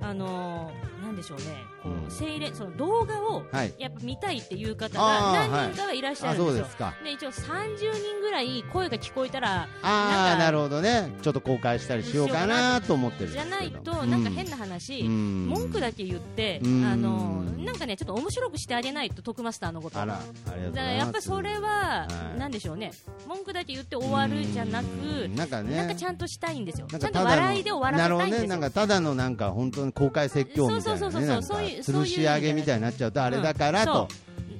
Speaker 3: あのーなんでしょうね、こ
Speaker 2: う
Speaker 3: うんセイレその動画を
Speaker 2: はい
Speaker 3: やっぱ見たいっていう方
Speaker 2: あ
Speaker 3: が
Speaker 2: ー
Speaker 3: 何人かはいらっしゃ
Speaker 2: あ
Speaker 3: るん
Speaker 2: そう
Speaker 3: です
Speaker 2: で
Speaker 3: よ。
Speaker 2: すか
Speaker 3: で一応30人ぐらい声が聞こえたら
Speaker 2: あ
Speaker 3: なん
Speaker 2: あ
Speaker 3: か
Speaker 2: なるほどねちょっと公開したりしようかなと思ってるん
Speaker 3: じ
Speaker 2: です
Speaker 3: ゃ
Speaker 2: けど
Speaker 3: ないとなんか変な話、文句
Speaker 2: だ
Speaker 3: だけ言って、
Speaker 2: うん
Speaker 3: あのーなんかねちょっと面白くしてあげないと徳マスターのこと
Speaker 2: あらありがとうございま
Speaker 3: だから
Speaker 2: す
Speaker 3: やっぱそれは、
Speaker 2: はい
Speaker 3: なんでしょうね文句だけ言って終わるじゃなく、
Speaker 2: うんなんかね
Speaker 3: なんかちゃんとしたいんですよちゃ
Speaker 2: なん
Speaker 3: ん
Speaker 2: か
Speaker 3: と
Speaker 2: ただの
Speaker 3: 笑いで終わらせたいんです
Speaker 2: なるほどね、な
Speaker 3: よ、
Speaker 2: んかただのなんか本当に公開説教みたい
Speaker 3: そう
Speaker 2: な
Speaker 3: そうそうそう
Speaker 2: ね、なんか
Speaker 3: そういう
Speaker 2: 吊るし上げみたいになっちゃうとあれだから
Speaker 3: うん
Speaker 2: と、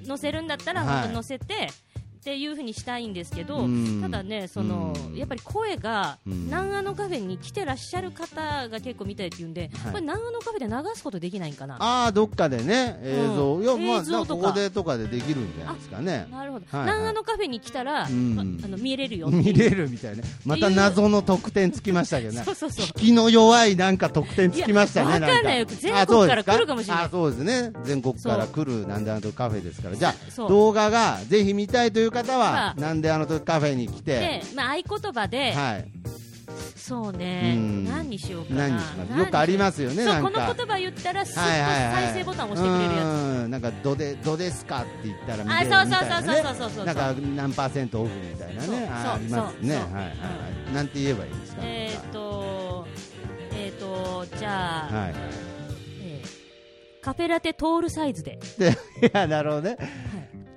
Speaker 3: 載せるんだったら
Speaker 2: はい
Speaker 3: 本当載せて、っていうふうにしたいんですけど、
Speaker 2: うん
Speaker 3: ただねその、
Speaker 2: うん
Speaker 3: やっぱり声が
Speaker 2: うん
Speaker 3: 南アのカフェに来てらっしゃる方が結構見たいって言うんで、
Speaker 2: はい
Speaker 3: これ南アのカフェで流すことできないんかな
Speaker 2: ああどっかでね映像、
Speaker 3: うん
Speaker 2: いやまあ
Speaker 3: 映像とか
Speaker 2: なんここでとかでできるんじゃないですかね
Speaker 3: なるほど、
Speaker 2: はいはい
Speaker 3: 南アのカフェに来たら、
Speaker 2: うん
Speaker 3: まあの見れるよっていう
Speaker 2: 見れるみたいなまた謎の得点つきましたけどね
Speaker 3: そうそうそう
Speaker 2: 引きの弱いなんか得点つきました
Speaker 3: い
Speaker 2: ね
Speaker 3: や
Speaker 2: なん
Speaker 3: わかんないよ全国から来るかもしれない
Speaker 2: あそうですかあそうですね全国から来るなんであの時カフェですからじゃあ
Speaker 3: そう
Speaker 2: 動画がぜひ見たいという方
Speaker 3: まあ
Speaker 2: はなんであの時カフェに来
Speaker 3: で
Speaker 2: て、
Speaker 3: まあ、合言葉で、
Speaker 2: はい
Speaker 3: そうね
Speaker 2: うん
Speaker 3: 何にしようかな
Speaker 2: 何にしますよくありますよね
Speaker 3: そう
Speaker 2: なん
Speaker 3: こ
Speaker 2: か
Speaker 3: の言葉言ったらすっと
Speaker 2: はいはいはい
Speaker 3: 再生ボタンを押してくれるやつ、
Speaker 2: うんなんかどでどですかって言ったら見れ
Speaker 3: あ
Speaker 2: るみ
Speaker 3: そう
Speaker 2: たいな
Speaker 3: そう
Speaker 2: ね
Speaker 3: そうそうそうそう
Speaker 2: なんか何パーセントオフみたいな
Speaker 3: そう
Speaker 2: ねあーあり
Speaker 3: そう
Speaker 2: ますね
Speaker 3: そ
Speaker 2: は
Speaker 3: う
Speaker 2: い
Speaker 3: そう
Speaker 2: はいはいなんて言えばいいんですか
Speaker 3: えーっとえーっとじゃあ、
Speaker 2: はい
Speaker 3: えーカフェラテトールサイズで、
Speaker 2: で いやなるほどね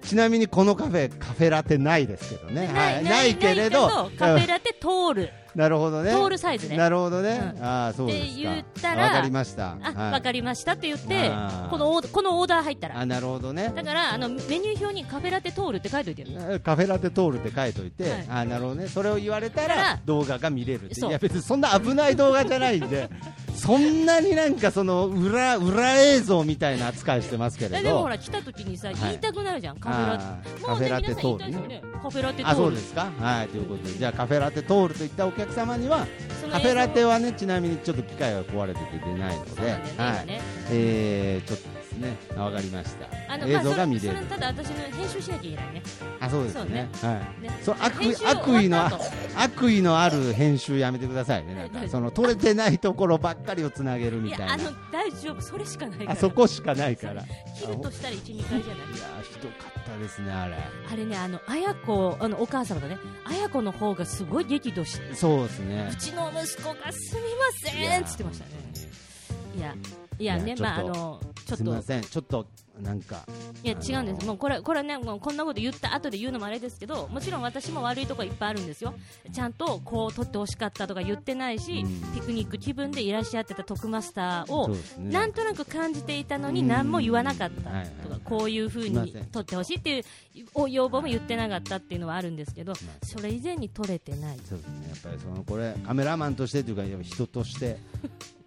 Speaker 2: ちなみにこのカフェカフェラテないですけどねはいないけれど
Speaker 3: ないけカフェラテトール
Speaker 2: うんなるほどね
Speaker 3: トールサイズね
Speaker 2: なるほどね
Speaker 3: うん
Speaker 2: ああそうです
Speaker 3: って
Speaker 2: か
Speaker 3: 言ったら
Speaker 2: わかりました
Speaker 3: あ、
Speaker 2: はい
Speaker 3: わかりましたって言って
Speaker 2: あー
Speaker 3: このオーこのオーダー入ったら
Speaker 2: あなるほどね
Speaker 3: だからあのメニュー表にカフェラテトールって書いといてる
Speaker 2: カフェラテトールって書いといて、
Speaker 3: はい
Speaker 2: あなるほどねそれを言われた
Speaker 3: だから
Speaker 2: ら動画が見れるってい
Speaker 3: そう
Speaker 2: や別にそんな危ない動画じゃないん でそんなになんかその裏裏映像みたいな扱いしてますけれ
Speaker 3: えでもほ
Speaker 2: ど
Speaker 3: ら来た時にさ、
Speaker 2: い
Speaker 3: 言いたくなるじゃんカフェラテ
Speaker 2: あー
Speaker 3: もうね皆さん言
Speaker 2: カフェラテト
Speaker 3: いたいですよ
Speaker 2: ール
Speaker 3: ねカフェラテト
Speaker 2: あそ
Speaker 3: ー
Speaker 2: う
Speaker 3: ル
Speaker 2: ですかはいということでじゃあカフェラテトールといったお客様には
Speaker 3: その映像
Speaker 2: カフェラテはねちなみにちょっと機械が壊れてて出ないの
Speaker 3: そう
Speaker 2: で
Speaker 3: なんだよね、
Speaker 2: は
Speaker 3: 今
Speaker 2: い
Speaker 3: ね
Speaker 2: えーちょっとですねわかりまし
Speaker 3: あ
Speaker 2: た
Speaker 3: の
Speaker 2: 映像が見
Speaker 3: まあ、そ
Speaker 2: れ
Speaker 3: れ
Speaker 2: る
Speaker 3: それただ私の編集しなきゃいけないね
Speaker 2: あそうですねはい
Speaker 3: ね
Speaker 2: そう悪
Speaker 3: 編
Speaker 2: 意
Speaker 3: 集終わった後
Speaker 2: 悪意のあ悪意のある編集やめてくださいねなん
Speaker 3: は
Speaker 2: か
Speaker 3: い
Speaker 2: その取れてないところばっかりをつなげる
Speaker 3: い
Speaker 2: み
Speaker 3: や
Speaker 2: たい
Speaker 3: あ
Speaker 2: な
Speaker 3: の大丈夫それしかないから
Speaker 2: あそこしかないからいや
Speaker 3: 切るとしたら12回じゃない
Speaker 2: ひどかったですねあれ
Speaker 3: あれねあの綾子あのお母様がね綾子の方がすごい激怒して
Speaker 2: そうですね
Speaker 3: うちの息子がすみま
Speaker 2: い
Speaker 3: せ
Speaker 2: や
Speaker 3: んっつってましたねいやいや
Speaker 2: いや
Speaker 3: ね
Speaker 2: ちょっと
Speaker 3: まああのちょっ
Speaker 2: すみま
Speaker 3: と
Speaker 2: せんちょっとなんか
Speaker 3: いや違うんで
Speaker 2: あ
Speaker 3: す
Speaker 2: の
Speaker 3: もうこれこれねもうこんなこと言った後で言うのもあれですけどもちろん私も悪いとこいっぱいあるんですよちゃんとこう撮ってほしかったとか言ってないし、
Speaker 2: うん
Speaker 3: ピクニック気分でいらっしゃってた徳マスターを
Speaker 2: そうですね
Speaker 3: なんとなく感じていたのに
Speaker 2: うん
Speaker 3: 何も言わなかった
Speaker 2: はいはい
Speaker 3: とかこういうふう
Speaker 2: すいま
Speaker 3: に
Speaker 2: せん
Speaker 3: 取ってほしいっていうお要望も言ってなかったっていうのはあるんですけど
Speaker 2: いま
Speaker 3: それ以前に取れてない
Speaker 2: そうですねやっぱりそのこれカメラマンとしてというかやっぱ人として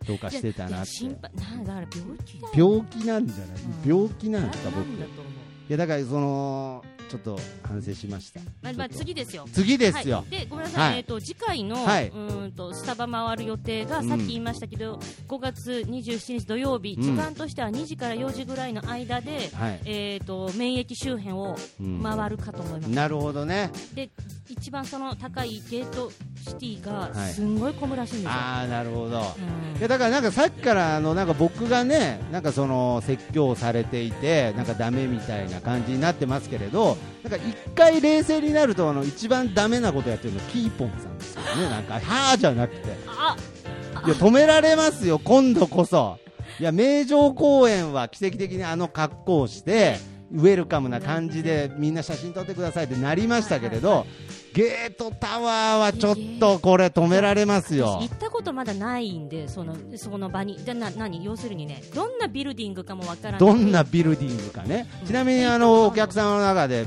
Speaker 2: どうかしてた
Speaker 3: い
Speaker 2: なっ
Speaker 3: や
Speaker 2: て
Speaker 3: 心配なんだから病気だよ
Speaker 2: 病気なんじゃない
Speaker 3: うん
Speaker 2: 病気なんですか
Speaker 3: な
Speaker 2: 僕
Speaker 3: んだ
Speaker 2: い
Speaker 3: と思う
Speaker 2: やだからそのちょっと反省しました
Speaker 3: まあまあ次ですよ
Speaker 2: 次ですよ、
Speaker 3: はい、でごめんなさい、
Speaker 2: はい
Speaker 3: えー、と次回の、
Speaker 2: はいう
Speaker 3: ーんとスタバ回る予定が
Speaker 2: うん
Speaker 3: さっき言いましたけど、5月27日土曜日、
Speaker 2: うん
Speaker 3: 時間としては2時から4時ぐらいの間で、
Speaker 2: はい
Speaker 3: えー、と免疫周辺を回るかと思います、
Speaker 2: なるほどね
Speaker 3: で一番その高いゲートシティが
Speaker 2: はい
Speaker 3: すんごい混むらしいんですよ、
Speaker 2: ああなるほど
Speaker 3: うん
Speaker 2: いやだからなんかさっきからあのなんか僕がねなんかその説教されていてなんかダメみたいな感じになってますけれどなんか一回冷静になるとあの一番ダメなことやってるのキーポンさんですよねなんかはあじゃなくてい
Speaker 3: あ
Speaker 2: や止められますよ今度こそいや名城公園は奇跡的にあの格好をしてウェルカムな感じでみんな写真撮ってくださいってなりましたけれどゲートタワーはちょっとこれ止められますよ
Speaker 3: 私行ったことまだないんでそのその場にじゃな何要するにねどんなビルディングかもわからない
Speaker 2: どんなビルディングかね、ちなみにあのお客さんの中で、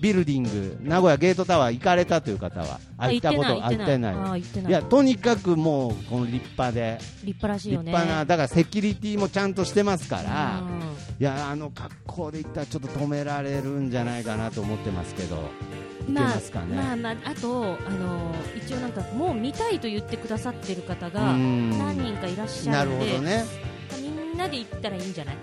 Speaker 2: ビルディング、名古屋ゲートタワー行かれたという方は、あ
Speaker 3: あ
Speaker 2: 行ったこと、
Speaker 3: 行ってない
Speaker 2: あ
Speaker 3: あー行ってない
Speaker 2: いや、とにかくもう、この立派で、
Speaker 3: 立派らしい
Speaker 2: 立
Speaker 3: よね
Speaker 2: 派な、だからセキュリティもちゃんとしてますから、
Speaker 3: うん
Speaker 2: いや、あの格好で行ったら、ちょっと止められるんじゃないかなと思ってますけど、行けますかね。
Speaker 3: まあまあ、あと、あのー一応なんか、もう見たいと言ってくださってる方が、
Speaker 2: うん
Speaker 3: 何人かいらっしゃ
Speaker 2: な
Speaker 3: る
Speaker 2: る
Speaker 3: ん
Speaker 2: ほ
Speaker 3: で、
Speaker 2: どね、
Speaker 3: みんなで行ったらいいんじ ゃない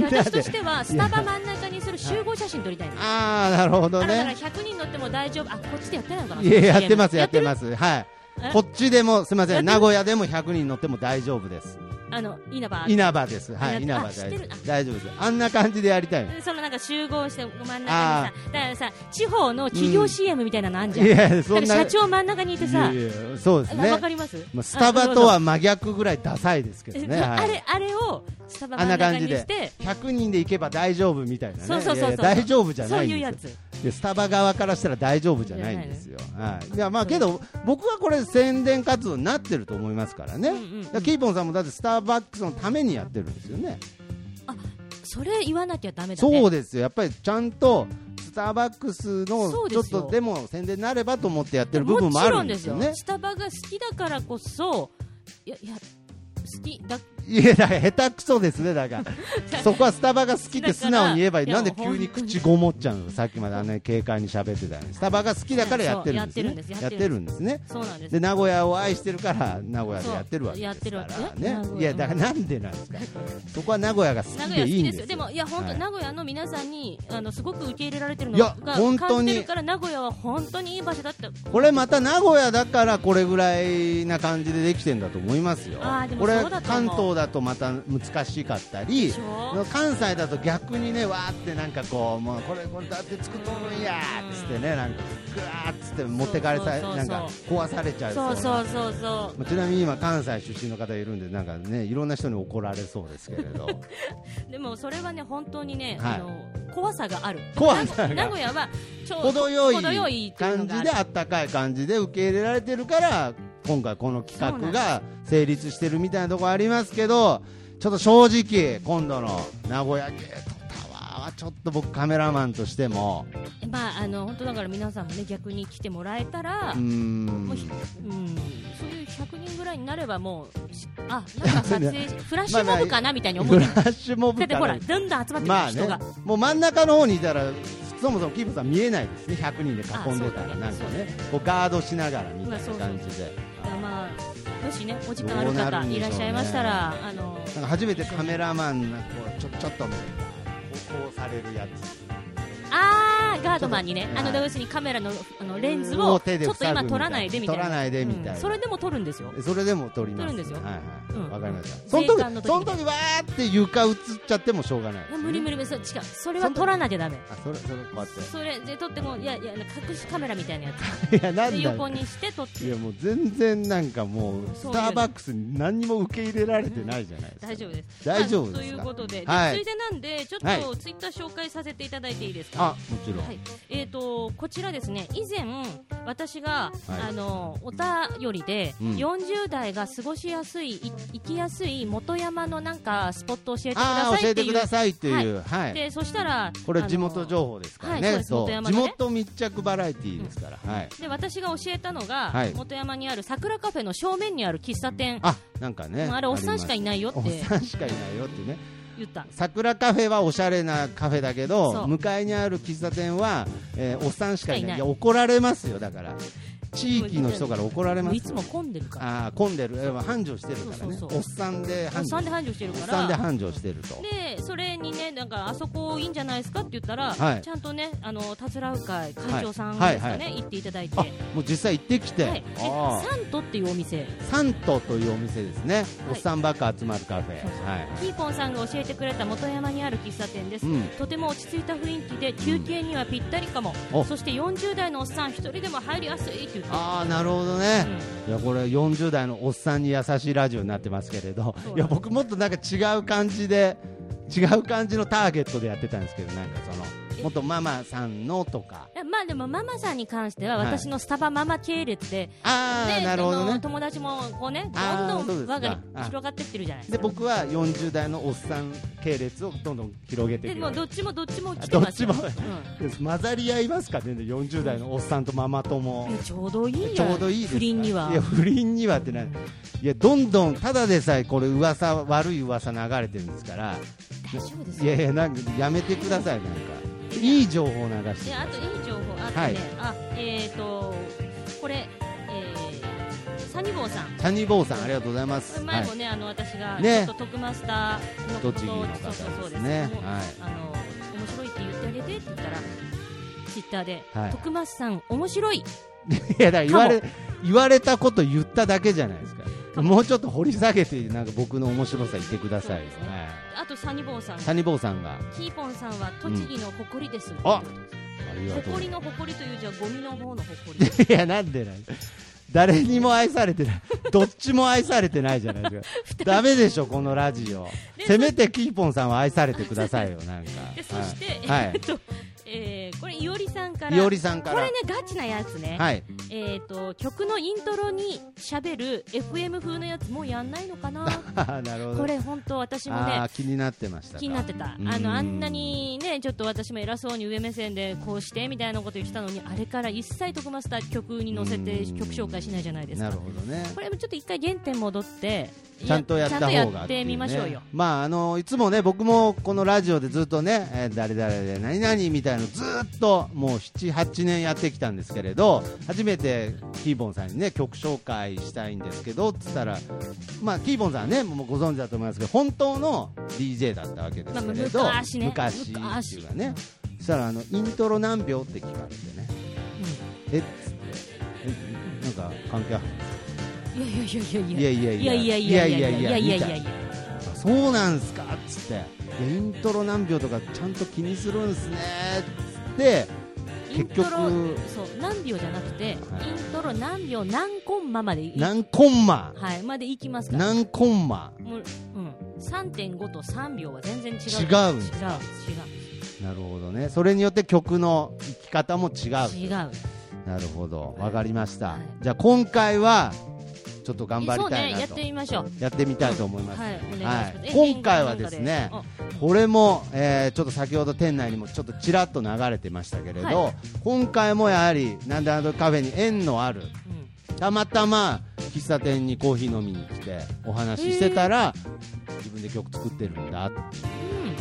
Speaker 2: なで
Speaker 3: 私としては、スタバ真ん中にする集合写真撮りたいの。
Speaker 2: ああ、なるほど
Speaker 3: あだから
Speaker 2: ね、
Speaker 3: 100人乗っても大丈夫、あこっちでやってないのかな、
Speaker 2: いや、やってます、やって
Speaker 3: す、
Speaker 2: ます、はい
Speaker 3: え、
Speaker 2: こっちでも、すみませ
Speaker 3: やっ
Speaker 2: ん、
Speaker 3: てる
Speaker 2: 名古屋でも100人乗っても大丈夫です。
Speaker 3: あの稲葉、
Speaker 2: 稲葉です。はい、稲
Speaker 3: 稲葉
Speaker 2: 葉大
Speaker 3: あ知っ
Speaker 2: 丈
Speaker 3: てる
Speaker 2: 夫。大丈夫です。あんな感じでやりたいの。
Speaker 3: そのなんか集合して真ん中に
Speaker 2: あ
Speaker 3: さ、だからさ、地方の企業 CM みたいなのあんじゃん、
Speaker 2: いや、そ
Speaker 3: なんん
Speaker 2: な。
Speaker 3: か社長真ん中にいて
Speaker 2: い
Speaker 3: さ
Speaker 2: や、いやそうです
Speaker 3: あわ
Speaker 2: ね
Speaker 3: か。ります
Speaker 2: まあ、スタバとは真逆ぐらいダサいですけど
Speaker 3: え
Speaker 2: ね。
Speaker 3: あ
Speaker 2: はい
Speaker 3: れあれをスタバ
Speaker 2: あんな
Speaker 3: 真
Speaker 2: ん
Speaker 3: 中
Speaker 2: 感
Speaker 3: に
Speaker 2: じ
Speaker 3: し
Speaker 2: で
Speaker 3: て、
Speaker 2: 100人で行けば大丈夫みたいなね。
Speaker 3: そうそうそ
Speaker 2: いや
Speaker 3: うそう
Speaker 2: いや大丈夫じゃ
Speaker 3: そ
Speaker 2: な
Speaker 3: う
Speaker 2: いん
Speaker 3: いう
Speaker 2: で
Speaker 3: や
Speaker 2: すよ
Speaker 3: つ。
Speaker 2: でスタバ側からしたら大丈夫じゃないんですよ。はい。いや、まあけど、僕はこれ宣伝活動になってると思いますからね。
Speaker 3: うんうんうん
Speaker 2: だからキーポンさんもだってスターバックスのためにやってるんですよね。
Speaker 3: それ言わなきゃダメだね
Speaker 2: そうですよ、やっぱりちゃんとスターバックス
Speaker 3: そ
Speaker 2: の
Speaker 3: うで
Speaker 2: ち
Speaker 3: す
Speaker 2: ょ
Speaker 3: よ
Speaker 2: っとでも宣伝になればと思ってやってる部分もあるんですよね
Speaker 3: もちろん。スタバが好きだからこそいやいや好きだ
Speaker 2: いや、だから下手くそですね、だ から、そこはスタバが好きって素直に言えばいい、
Speaker 3: だか
Speaker 2: な
Speaker 3: ら
Speaker 2: んで急に口ごもっちゃうの、さっきまであんなに軽快に喋ってたのに、スタバが好きだからやってるんですね
Speaker 3: そう、
Speaker 2: やっ
Speaker 3: やってて
Speaker 2: る
Speaker 3: る
Speaker 2: んですね。
Speaker 3: そうなんです
Speaker 2: で名古屋を愛してるから名古屋でやってるわけですか
Speaker 3: そうや
Speaker 2: ら
Speaker 3: ってる
Speaker 2: ね
Speaker 3: わけね
Speaker 2: いやだからなんでなんです かそこは名古屋が好
Speaker 3: 名
Speaker 2: き
Speaker 3: 古屋
Speaker 2: で
Speaker 3: 好
Speaker 2: いい
Speaker 3: き
Speaker 2: ん
Speaker 3: で
Speaker 2: ですよ
Speaker 3: すよでもいや本当、名古屋の皆さんにあのすごく受け入れられてるの
Speaker 2: いや
Speaker 3: が
Speaker 2: 本当に
Speaker 3: 感じてるから名古屋は本当にいい場所だって
Speaker 2: これまた名古屋だからこれぐらいな感じでできてんだと思いますよ
Speaker 3: あーでも
Speaker 2: これ
Speaker 3: そうだと
Speaker 2: 関東だと
Speaker 3: 思う
Speaker 2: また難しかった
Speaker 3: で
Speaker 2: り
Speaker 3: しょ
Speaker 2: 関西だと逆にねわーってなんかこうもうこれこれだって作っとるんやーっつってねなんかぐわーっつって持ってかれさ
Speaker 3: そうそうそうそ
Speaker 2: な
Speaker 3: うん
Speaker 2: か壊されちゃいそう
Speaker 3: そ
Speaker 2: な
Speaker 3: うそうそうそう
Speaker 2: まあちなみに今関西出身の方いるんでなんかねいろんな人に怒られそうですけれど
Speaker 3: でもそれはね本当にね、
Speaker 2: はい
Speaker 3: あの怖さがある
Speaker 2: 怖さが
Speaker 3: 名古屋はちょう
Speaker 2: 程よ
Speaker 3: 程よい
Speaker 2: い
Speaker 3: っていう
Speaker 2: 感
Speaker 3: のが
Speaker 2: じ
Speaker 3: あ
Speaker 2: で
Speaker 3: る
Speaker 2: あったかい感じで受け入れられてるから今回この企画が成立してるみたいなところありますけどちょっと正直今度の名古屋ゲートタワーはちょっと僕カメラマンとしても
Speaker 3: まああの本当だから皆さんもね逆に来てもらえたら、
Speaker 2: うーん
Speaker 3: もうひうん、そういう100人ぐらいになればもうしあなんか撮影しフラッシュモブかなみたいに思
Speaker 2: フ
Speaker 3: っ
Speaker 2: ラ
Speaker 3: て
Speaker 2: ッシュモ
Speaker 3: だ
Speaker 2: ブ
Speaker 3: って
Speaker 2: か
Speaker 3: ほ
Speaker 2: ら
Speaker 3: らどんどん集まってく
Speaker 2: まあ
Speaker 3: る人
Speaker 2: ね
Speaker 3: が、
Speaker 2: もう真ん中の方にいたらそもそもキープさん見えないですね100人で囲んでたら
Speaker 3: あそうだね
Speaker 2: なんか
Speaker 3: そうだ
Speaker 2: ね
Speaker 3: ね
Speaker 2: こうガードしながらみたいな感じで
Speaker 3: だからまあもしねお時間ある
Speaker 2: どうな
Speaker 3: 方
Speaker 2: るんで
Speaker 3: い
Speaker 2: しょうね
Speaker 3: らっしゃいましたら、あの
Speaker 2: なんか初めてカメラマンがこうちょちょっとこうこうされるやつ
Speaker 3: あーガードマンにね
Speaker 2: ちょっと
Speaker 3: あの
Speaker 2: はい
Speaker 3: 要するにカメラのあのレンズ
Speaker 2: も
Speaker 3: を
Speaker 2: う
Speaker 3: ち
Speaker 2: 手で
Speaker 3: ょっと
Speaker 2: 塞ぐみたいな
Speaker 3: 今撮らないでみたいな
Speaker 2: 撮らないでみたいな
Speaker 3: うんそれでも撮るんですよ
Speaker 2: それでも撮ります
Speaker 3: 撮るんですよ
Speaker 2: はいはい
Speaker 3: うん
Speaker 2: わ、かりましたその
Speaker 3: 税
Speaker 2: 時
Speaker 3: 関の時
Speaker 2: その時わーって床映っちゃってもしょうがない
Speaker 3: いや無理無
Speaker 2: 理
Speaker 3: 理無理そ違うそれは撮らなきゃダメ
Speaker 2: あそれそれこうやっ
Speaker 3: それで撮ってもいやいや隠しカメラみたいなや
Speaker 2: ていやな
Speaker 3: つ
Speaker 2: ん
Speaker 3: で
Speaker 2: だ
Speaker 3: 横にして撮って
Speaker 2: いやもう全然なんかもうス
Speaker 3: そういうの
Speaker 2: ターバックスに何にも受け入れられてないじゃないですか
Speaker 3: 大丈夫です
Speaker 2: 大丈夫ですか
Speaker 3: あということで、で
Speaker 2: はい
Speaker 3: ついでなんでちょ
Speaker 2: は
Speaker 3: っ
Speaker 2: い
Speaker 3: とツイッター紹介させていただいていいですか、
Speaker 2: あもちろん、
Speaker 3: はい、えっ、とこちらですね以前私
Speaker 2: は
Speaker 3: が、
Speaker 2: い
Speaker 3: あのお便りで、
Speaker 2: うん
Speaker 3: 40代が過ごしやすいい行きやすい元山のなんかスポット教えてくだ
Speaker 2: ああ教
Speaker 3: さいっ
Speaker 2: え
Speaker 3: て
Speaker 2: て
Speaker 3: い
Speaker 2: く
Speaker 3: う
Speaker 2: ださいっていうはい、
Speaker 3: でそしたら
Speaker 2: これ地
Speaker 3: あ
Speaker 2: 元
Speaker 3: の
Speaker 2: 情報ですから
Speaker 3: はい
Speaker 2: ね,、
Speaker 3: そうです
Speaker 2: そう
Speaker 3: 元山
Speaker 2: 地
Speaker 3: のね
Speaker 2: 元密着バラエティーですから、はい
Speaker 3: で私が教えたのが、
Speaker 2: はい
Speaker 3: 元山にある桜カフェの正面にある喫茶店、
Speaker 2: あなんかね
Speaker 3: もうあれおっさんしかい
Speaker 2: な
Speaker 3: ないよって
Speaker 2: おっさんしかいないよってね
Speaker 3: 言った
Speaker 2: 桜カフェはおしゃれなカフェだけ
Speaker 3: そ
Speaker 2: ど
Speaker 3: う
Speaker 2: 向かいにある喫茶店は、えーおっさんしかいない
Speaker 3: しかいない
Speaker 2: いや怒られますよだから地域の人から怒られま
Speaker 3: い
Speaker 2: す
Speaker 3: つも混んでるから
Speaker 2: ああ混んでるえー繁盛してるからね
Speaker 3: そうそうそう
Speaker 2: おっさんで
Speaker 3: おっ
Speaker 2: 繁
Speaker 3: さ
Speaker 2: 盛
Speaker 3: んで繁盛してる
Speaker 2: おっ
Speaker 3: か
Speaker 2: さんで
Speaker 3: ら
Speaker 2: 繁盛してると
Speaker 3: でそれにねなんかあそこいいんじゃないですかって言ったら、
Speaker 2: はい
Speaker 3: ちゃんとねあのたつらう会会長さんですか
Speaker 2: はい
Speaker 3: ね、
Speaker 2: はいは
Speaker 3: 行っていただいて、
Speaker 2: あ
Speaker 3: はい、
Speaker 2: もう実際行ってきて、
Speaker 3: で
Speaker 2: あ
Speaker 3: サントっていうお店
Speaker 2: あサントというお店ですね、
Speaker 3: はい
Speaker 2: おっさんばっか集まるカフェ
Speaker 3: そうそう
Speaker 2: はい
Speaker 3: キーポンさんが教えてくれた元山にある喫茶店です、
Speaker 2: うん
Speaker 3: とても落ち着いた雰囲気で休憩にはぴったりかも、
Speaker 2: お
Speaker 3: そして40代のおっさん一人でも入りやすいって言って
Speaker 2: ああなるほど
Speaker 3: う
Speaker 2: ね、
Speaker 3: ん
Speaker 2: いやこれ40代のおっさんに優しいラジオになってますけれど
Speaker 3: そう
Speaker 2: いや僕もっとなんか違う感じで違う感じのターゲットでやってたんですけどなんかその
Speaker 3: え
Speaker 2: もっとママさんのとか
Speaker 3: いやまあでもママさんに関しては
Speaker 2: はい
Speaker 3: 私のスタバママ系列で、
Speaker 2: ああ
Speaker 3: で
Speaker 2: なるほど
Speaker 3: あの
Speaker 2: ね
Speaker 3: 友達もこうね
Speaker 2: あー
Speaker 3: ど
Speaker 2: そ
Speaker 3: んど
Speaker 2: うです
Speaker 3: ん
Speaker 2: か
Speaker 3: 輪が
Speaker 2: あ
Speaker 3: 広がってってるじゃないです
Speaker 2: で
Speaker 3: か
Speaker 2: 僕は40代のおっさん系列をどんどん広げて
Speaker 3: で
Speaker 2: いく
Speaker 3: もうどっちもどっちも来て
Speaker 2: ど
Speaker 3: ま
Speaker 2: っ
Speaker 3: す
Speaker 2: ち
Speaker 3: よ
Speaker 2: も混ざり合いますかね40代のおっさんとママ友
Speaker 3: うんいやちょうどいいや
Speaker 2: ちょうどいいですか
Speaker 3: 不倫にはい
Speaker 2: や不倫にはってないいやどんどんただでさえこれ噂悪い噂流れてるんですから
Speaker 3: 大丈夫です
Speaker 2: い
Speaker 3: よ
Speaker 2: やいやなんかやめてくださいなんかいい情報流して
Speaker 3: であといい情報あとね、
Speaker 2: はい
Speaker 3: あえっ、ー、とこれ、えー、サニボーさん
Speaker 2: サニーボーさんありがとうございます
Speaker 3: 前
Speaker 2: は
Speaker 3: もね、あの私がちょ
Speaker 2: ね
Speaker 3: っと徳マスターの
Speaker 2: い、
Speaker 3: こ
Speaker 2: 栃
Speaker 3: と
Speaker 2: 木の
Speaker 3: を
Speaker 2: 方
Speaker 3: そうそうそ
Speaker 2: で
Speaker 3: うですす
Speaker 2: ね
Speaker 3: もう
Speaker 2: は
Speaker 3: あの面白いって言ってあげてって言ったらツイッターで、
Speaker 2: はい
Speaker 3: 徳マスさん面白い
Speaker 2: いいやだから言われ言われたこと言っただけじゃないですか
Speaker 3: か
Speaker 2: もうちょっと掘り下げてなんか僕の面白さ言ってくださいよ
Speaker 3: そうですね
Speaker 2: はい
Speaker 3: あとサニボーさん
Speaker 2: サニーボーさんが
Speaker 3: キーポンさんは栃木の誇りです、
Speaker 2: あありがとうござ
Speaker 3: 誇
Speaker 2: い
Speaker 3: りの誇りという字はゴミの方の誇 り
Speaker 2: ますいやなんでなん誰にも愛されてないどっちも愛されてないじゃないですかダメでしょこのラジオ
Speaker 3: で
Speaker 2: せめてキーポンさんは愛されてくださいよなんか
Speaker 3: でそして、
Speaker 2: はい、は
Speaker 3: えっと、えーこれいおりさんか
Speaker 2: い、
Speaker 3: ら
Speaker 2: いおりさんか
Speaker 3: こ
Speaker 2: ら
Speaker 3: れねガチなやつね、
Speaker 2: はい、
Speaker 3: えー、と曲のイントロにしゃべる FM 風のやつもうやんないのかな
Speaker 2: なるほど。
Speaker 3: これ本当私も
Speaker 2: あ
Speaker 3: ね
Speaker 2: ー気になってましたか。
Speaker 3: 気になってた
Speaker 2: うん
Speaker 3: あのあんなにねちょっと私も偉そうに上目線でこうしてみたいなこと言ってたのにあれから一切徳マスター曲に載せて
Speaker 2: うん
Speaker 3: 曲紹介しないじゃないです
Speaker 2: な
Speaker 3: か
Speaker 2: るほどね。
Speaker 3: これもちょっと一回原点戻って
Speaker 2: ちゃんとやった方が
Speaker 3: ちゃん
Speaker 2: っ
Speaker 3: と
Speaker 2: てい
Speaker 3: や
Speaker 2: う
Speaker 3: ってみましょうよ
Speaker 2: ね、まああのいつもね僕もこのラジオでずっとね、えー誰々で何々みたいのずっともう7、8年やってきたんですけれど、初めてキーボンさんにね曲紹介したいんですけどっつったら、まあキーボンさんはねもうご存知だと思いますけど本当の DJ だったわけですけれど、
Speaker 3: まあ昔ね
Speaker 2: 昔っていうかね。そしたらあのイントロ何秒って聞かれてね。えっつってえなんか関係ある
Speaker 3: うんいやいやいやいや
Speaker 2: いやいやい
Speaker 3: い
Speaker 2: や
Speaker 3: やいやいやいやいやいやいやいやいや
Speaker 2: みたなそうなんすかっつっていやイントロ何秒とかちゃんと気にするんすねっつって
Speaker 3: イ
Speaker 2: 結
Speaker 3: ントロ
Speaker 2: 局
Speaker 3: そう何秒じゃなくて、
Speaker 2: はい
Speaker 3: イントロ何秒何コンマまでい
Speaker 2: 何コンマ
Speaker 3: はいまでいきますから
Speaker 2: 何コンマ
Speaker 3: もう、うん、3.5と3秒は全然違う
Speaker 2: 違う
Speaker 3: 違う
Speaker 2: なるほどねそれによって曲の生き方も違う
Speaker 3: 違う違う
Speaker 2: なるほどわかりました、
Speaker 3: はい
Speaker 2: じゃあ今回はちょっと頑張りたい
Speaker 3: そうねや
Speaker 2: な
Speaker 3: っ
Speaker 2: と、
Speaker 3: てみましょう
Speaker 2: やってみたいと思います、
Speaker 3: はいお願いし
Speaker 2: は
Speaker 3: ま
Speaker 2: い
Speaker 3: す、
Speaker 2: 今回はですね
Speaker 3: あ
Speaker 2: これも、えーちょっと先ほど店内にもちょっとちらっと流れてましたけれど、
Speaker 3: は
Speaker 2: 今回もやはりなんであのカフェに縁のある
Speaker 3: うん
Speaker 2: たまたま喫茶店にコーヒー飲みに来てお話ししてたら、自分で曲作ってるんだ、
Speaker 3: うん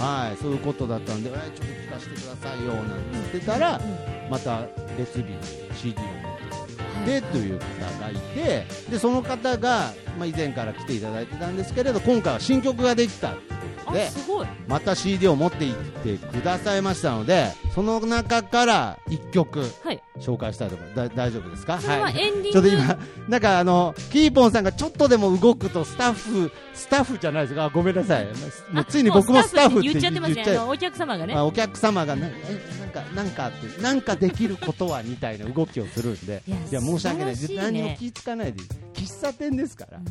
Speaker 2: はい、そういうことだったんで、えーちょっと聞かせてくださいよなんて言ってたら、
Speaker 3: うん
Speaker 2: また別日に CD を持って
Speaker 3: は
Speaker 2: でという方がいてでその方が、まあ、以前から来ていただいてたんですけれど今回は新曲ができた
Speaker 3: あ
Speaker 2: です
Speaker 3: ごい
Speaker 2: また CD を持って行ってくださいましたのでその中から1曲
Speaker 3: はい
Speaker 2: 紹介したいと思いますだ大丈夫ですか
Speaker 3: そのまま
Speaker 2: はい
Speaker 3: エンディング
Speaker 2: ちょっと今、 なんかあの、キーポンさんがちょっとでも動くと、スタッフ、スタッフじゃないですか、あごめんなさい、もうついに僕もスタッフって
Speaker 3: 言っちゃってますね
Speaker 2: 言っちゃう
Speaker 3: あのお客様がね
Speaker 2: まあお客様がな、えなんか、なんかって、なんかできることはみたいな動きをするんで、
Speaker 3: いや
Speaker 2: いや、申し訳ない、
Speaker 3: 素晴らしい
Speaker 2: 何
Speaker 3: ね
Speaker 2: にも気付かないでいい、喫茶店ですから、
Speaker 3: うん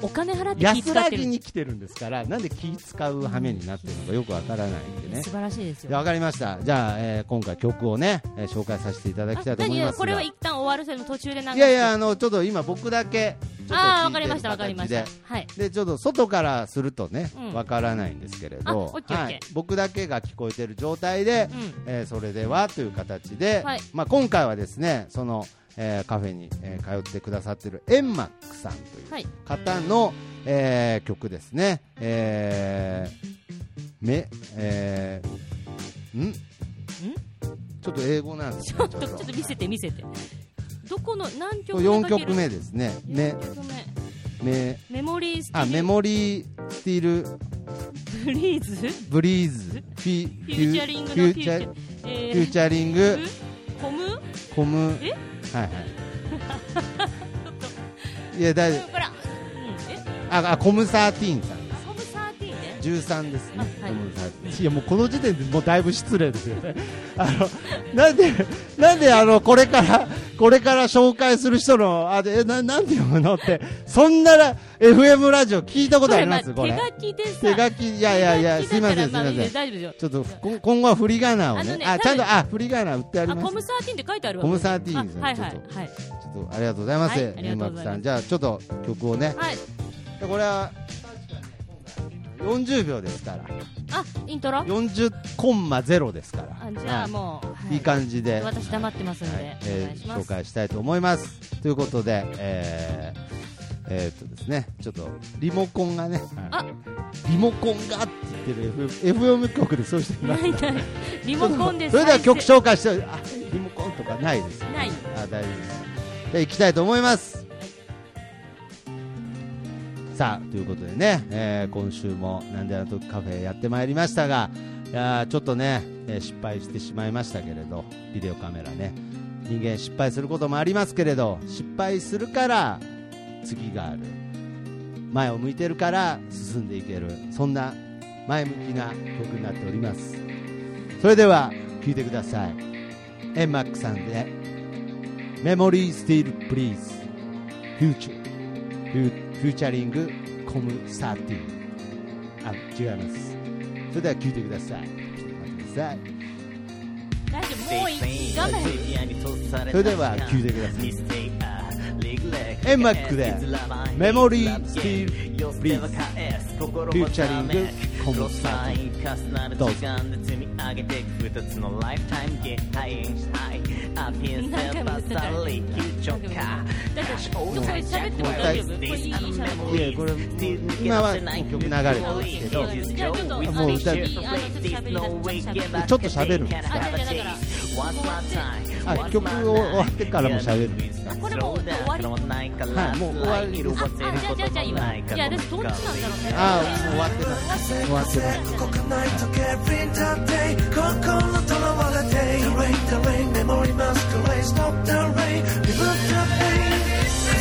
Speaker 3: お金払って気
Speaker 2: 安
Speaker 3: 使っ
Speaker 2: ら
Speaker 3: て
Speaker 2: ぎ
Speaker 3: る
Speaker 2: に来てるんですから、なんで気使う羽目になってるのかよくわからないんでね
Speaker 3: 素。晴らしいです
Speaker 2: いや
Speaker 3: よ
Speaker 2: わかりました。じゃあ、えー今回曲をね、えー紹介させていただきたいと思いますが。
Speaker 3: これは一旦終わるせの途中でなんか
Speaker 2: いやいや、あの、ちょっと今僕だけ、ちょっと聞いてる
Speaker 3: ああわかりましたわかりました
Speaker 2: 形で
Speaker 3: はい
Speaker 2: で、ちょっと外からするとね
Speaker 3: う、ん
Speaker 2: わからないんですけれ
Speaker 3: あ
Speaker 2: ど、
Speaker 3: オッケーオッ
Speaker 2: は
Speaker 3: ケー
Speaker 2: い僕だけが聞こえてる状態で、
Speaker 3: うん
Speaker 2: えーそれではという形で
Speaker 3: はい、
Speaker 2: まあ今回はですね、その、えーカフェに、えー通ってくださってるエンマックさんという
Speaker 3: はい
Speaker 2: 方の、えー曲ですね。えー、め、えー、んちょっと英語なんです
Speaker 3: ち
Speaker 2: ね
Speaker 3: ょっとちょっと見せて見せてどこの何曲
Speaker 2: 4
Speaker 3: 目かけ
Speaker 2: 曲
Speaker 3: る
Speaker 2: 目ですね。ね
Speaker 3: 四、曲目
Speaker 2: め、
Speaker 3: メモリース
Speaker 2: あ、メモリースティール
Speaker 3: フリーズフ
Speaker 2: ブリーズ、フィ
Speaker 3: ューチャリングの
Speaker 2: フ
Speaker 3: フ
Speaker 2: ュー
Speaker 3: ュー
Speaker 2: チ
Speaker 3: チ
Speaker 2: ャリング
Speaker 3: ャリング、え
Speaker 2: フューチャリング
Speaker 3: コム
Speaker 2: コムは
Speaker 3: え
Speaker 2: いはいいや大丈
Speaker 3: これ、うん、え
Speaker 2: 夫ああコムサーティーンさん
Speaker 3: コムサーティーンね
Speaker 2: 13ですね、
Speaker 3: あはい
Speaker 2: コム13いやもうこの時点でもうだいぶ失礼ですよね あのなんでなんであのこれからこれから紹介する人のあでえななんて読むのってそんなら FM ラジオ聞いたことありますこ
Speaker 3: これ
Speaker 2: れ
Speaker 3: まあ手書きでさ
Speaker 2: 手書きいやいやいや
Speaker 3: 手書
Speaker 2: すい
Speaker 3: き
Speaker 2: ま
Speaker 3: だ
Speaker 2: せんすい
Speaker 3: から
Speaker 2: ません
Speaker 3: あ大丈夫ですよ
Speaker 2: ちょっとこ今後は振り仮名を
Speaker 3: あ
Speaker 2: ね
Speaker 3: のね
Speaker 2: あちゃんとあ振り仮名売ってあり
Speaker 3: あ
Speaker 2: ま
Speaker 3: コ
Speaker 2: す
Speaker 3: ムサーティーンって書いてあるわ
Speaker 2: コムサーティーンですね
Speaker 3: あはいはい
Speaker 2: ちょっ
Speaker 3: はい
Speaker 2: ちょっとありがとうございます、
Speaker 3: はいあり
Speaker 2: 円
Speaker 3: がとう
Speaker 2: 幕
Speaker 3: ございます
Speaker 2: さんじゃあちょっと曲をね
Speaker 3: はい
Speaker 2: でこれは40秒ですから
Speaker 3: あイントロ
Speaker 2: 40コンマ0ですから
Speaker 3: あじゃあもう、
Speaker 2: はいいい感じで、
Speaker 3: 私黙ってますの
Speaker 2: は
Speaker 3: で、
Speaker 2: い
Speaker 3: お
Speaker 2: え
Speaker 3: 願いし
Speaker 2: ー
Speaker 3: ま
Speaker 2: 紹
Speaker 3: す
Speaker 2: 介したいと思いますということでえーえーっとですね、ちょっとリモコンがね、
Speaker 3: あ
Speaker 2: リモコンがって言ってる FM, FM 局でそうしていま
Speaker 3: な
Speaker 2: す
Speaker 3: いないリモコンで
Speaker 2: それでは曲
Speaker 3: 再
Speaker 2: 紹介してあリモコンとかないです
Speaker 3: 生ない
Speaker 2: あ大丈夫ですじゃあ行きたいと思いますさあということでね、えー今週も「なんであの時カフェ」やってまいりましたがいやーちょっとね、えー失敗してしまいましたけれどビデオカメラね人間失敗することもありますけれど失敗するから次がある前を向いてるから進んでいけるそんな前向きな曲になっておりますそれでは聴いてくださいエンマックさんで「Memory Still Please Future フュフューチャリングコム13あ違いますそれでは聴いてください聴いてください
Speaker 3: 大丈夫もういい画面
Speaker 2: それでは聴いてくださいエンマックでメモリースティールプリーズフューチャリングコムサーティ
Speaker 4: ン
Speaker 2: どうぞ
Speaker 4: 積み上げていく二つのライフタイムゲッタインしたいアピンセ
Speaker 3: 何回も
Speaker 4: バ
Speaker 3: 言ってた
Speaker 4: サリ緊張か
Speaker 3: 大丈夫どこで喋っても大丈夫これいい喋
Speaker 2: い
Speaker 3: り
Speaker 2: やこれもう今は曲流れてますけど
Speaker 3: じゃあちょっと
Speaker 2: もう歌
Speaker 3: あのいいあのちょっと喋り出すちょっと喋り出す
Speaker 2: ちょっと喋るんです
Speaker 3: かあじゃあ
Speaker 2: あ
Speaker 4: あ
Speaker 2: 曲を終わってからも喋るんですか
Speaker 3: これもう終わり
Speaker 2: はいもう終わりです
Speaker 3: あじゃあじゃあじゃあ今じゃあ私どっちなんだろうね
Speaker 2: ああもう終わってます終わってます
Speaker 5: 動かないとけプリンターで心とらわれて The rain, the rain, memory masquerade Stop the rain, remove the pain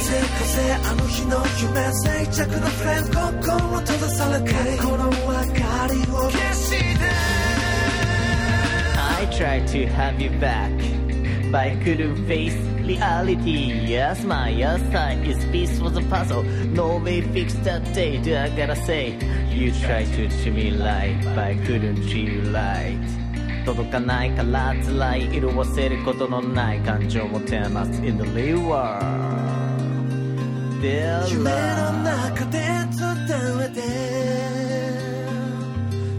Speaker 5: 風風あの日の夢静着のフレーム心閉ざされてこの明かりを消して
Speaker 4: I try to have you back by couldn't face reality. Yes, my yes side is piece was a puzzle. No way fix that day. Do I gotta say? You try to to me light, but couldn't you light? 届かないから辛い色褪せることのない感情をテーマ in the real world.
Speaker 5: 夢
Speaker 4: Dear
Speaker 5: の
Speaker 4: love.
Speaker 5: 中で伝わって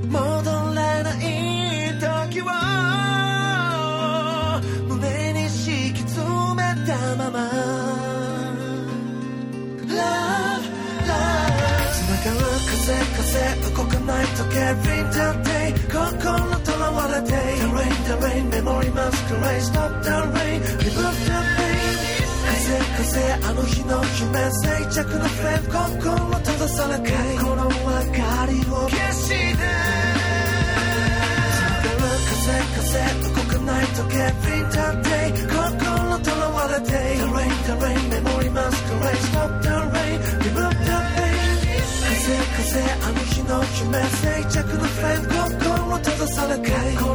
Speaker 5: 戻らない時を胸に敷き詰めたまま Love, love 繋がる風風動かない時計プリンターで心とらわれて The rain, the rain, memory masquerade Stop the rain, remove the pain 風風あの日の夢静寂のフレーム心閉ざさなきゃこの明かりを消して風風動かない時計プリンターデイ心とらわれて The rain the rain メモリマスクレイ Stop the rain remove the pain 風風あの日の夢静寂のフレーム心閉ざさなきゃこの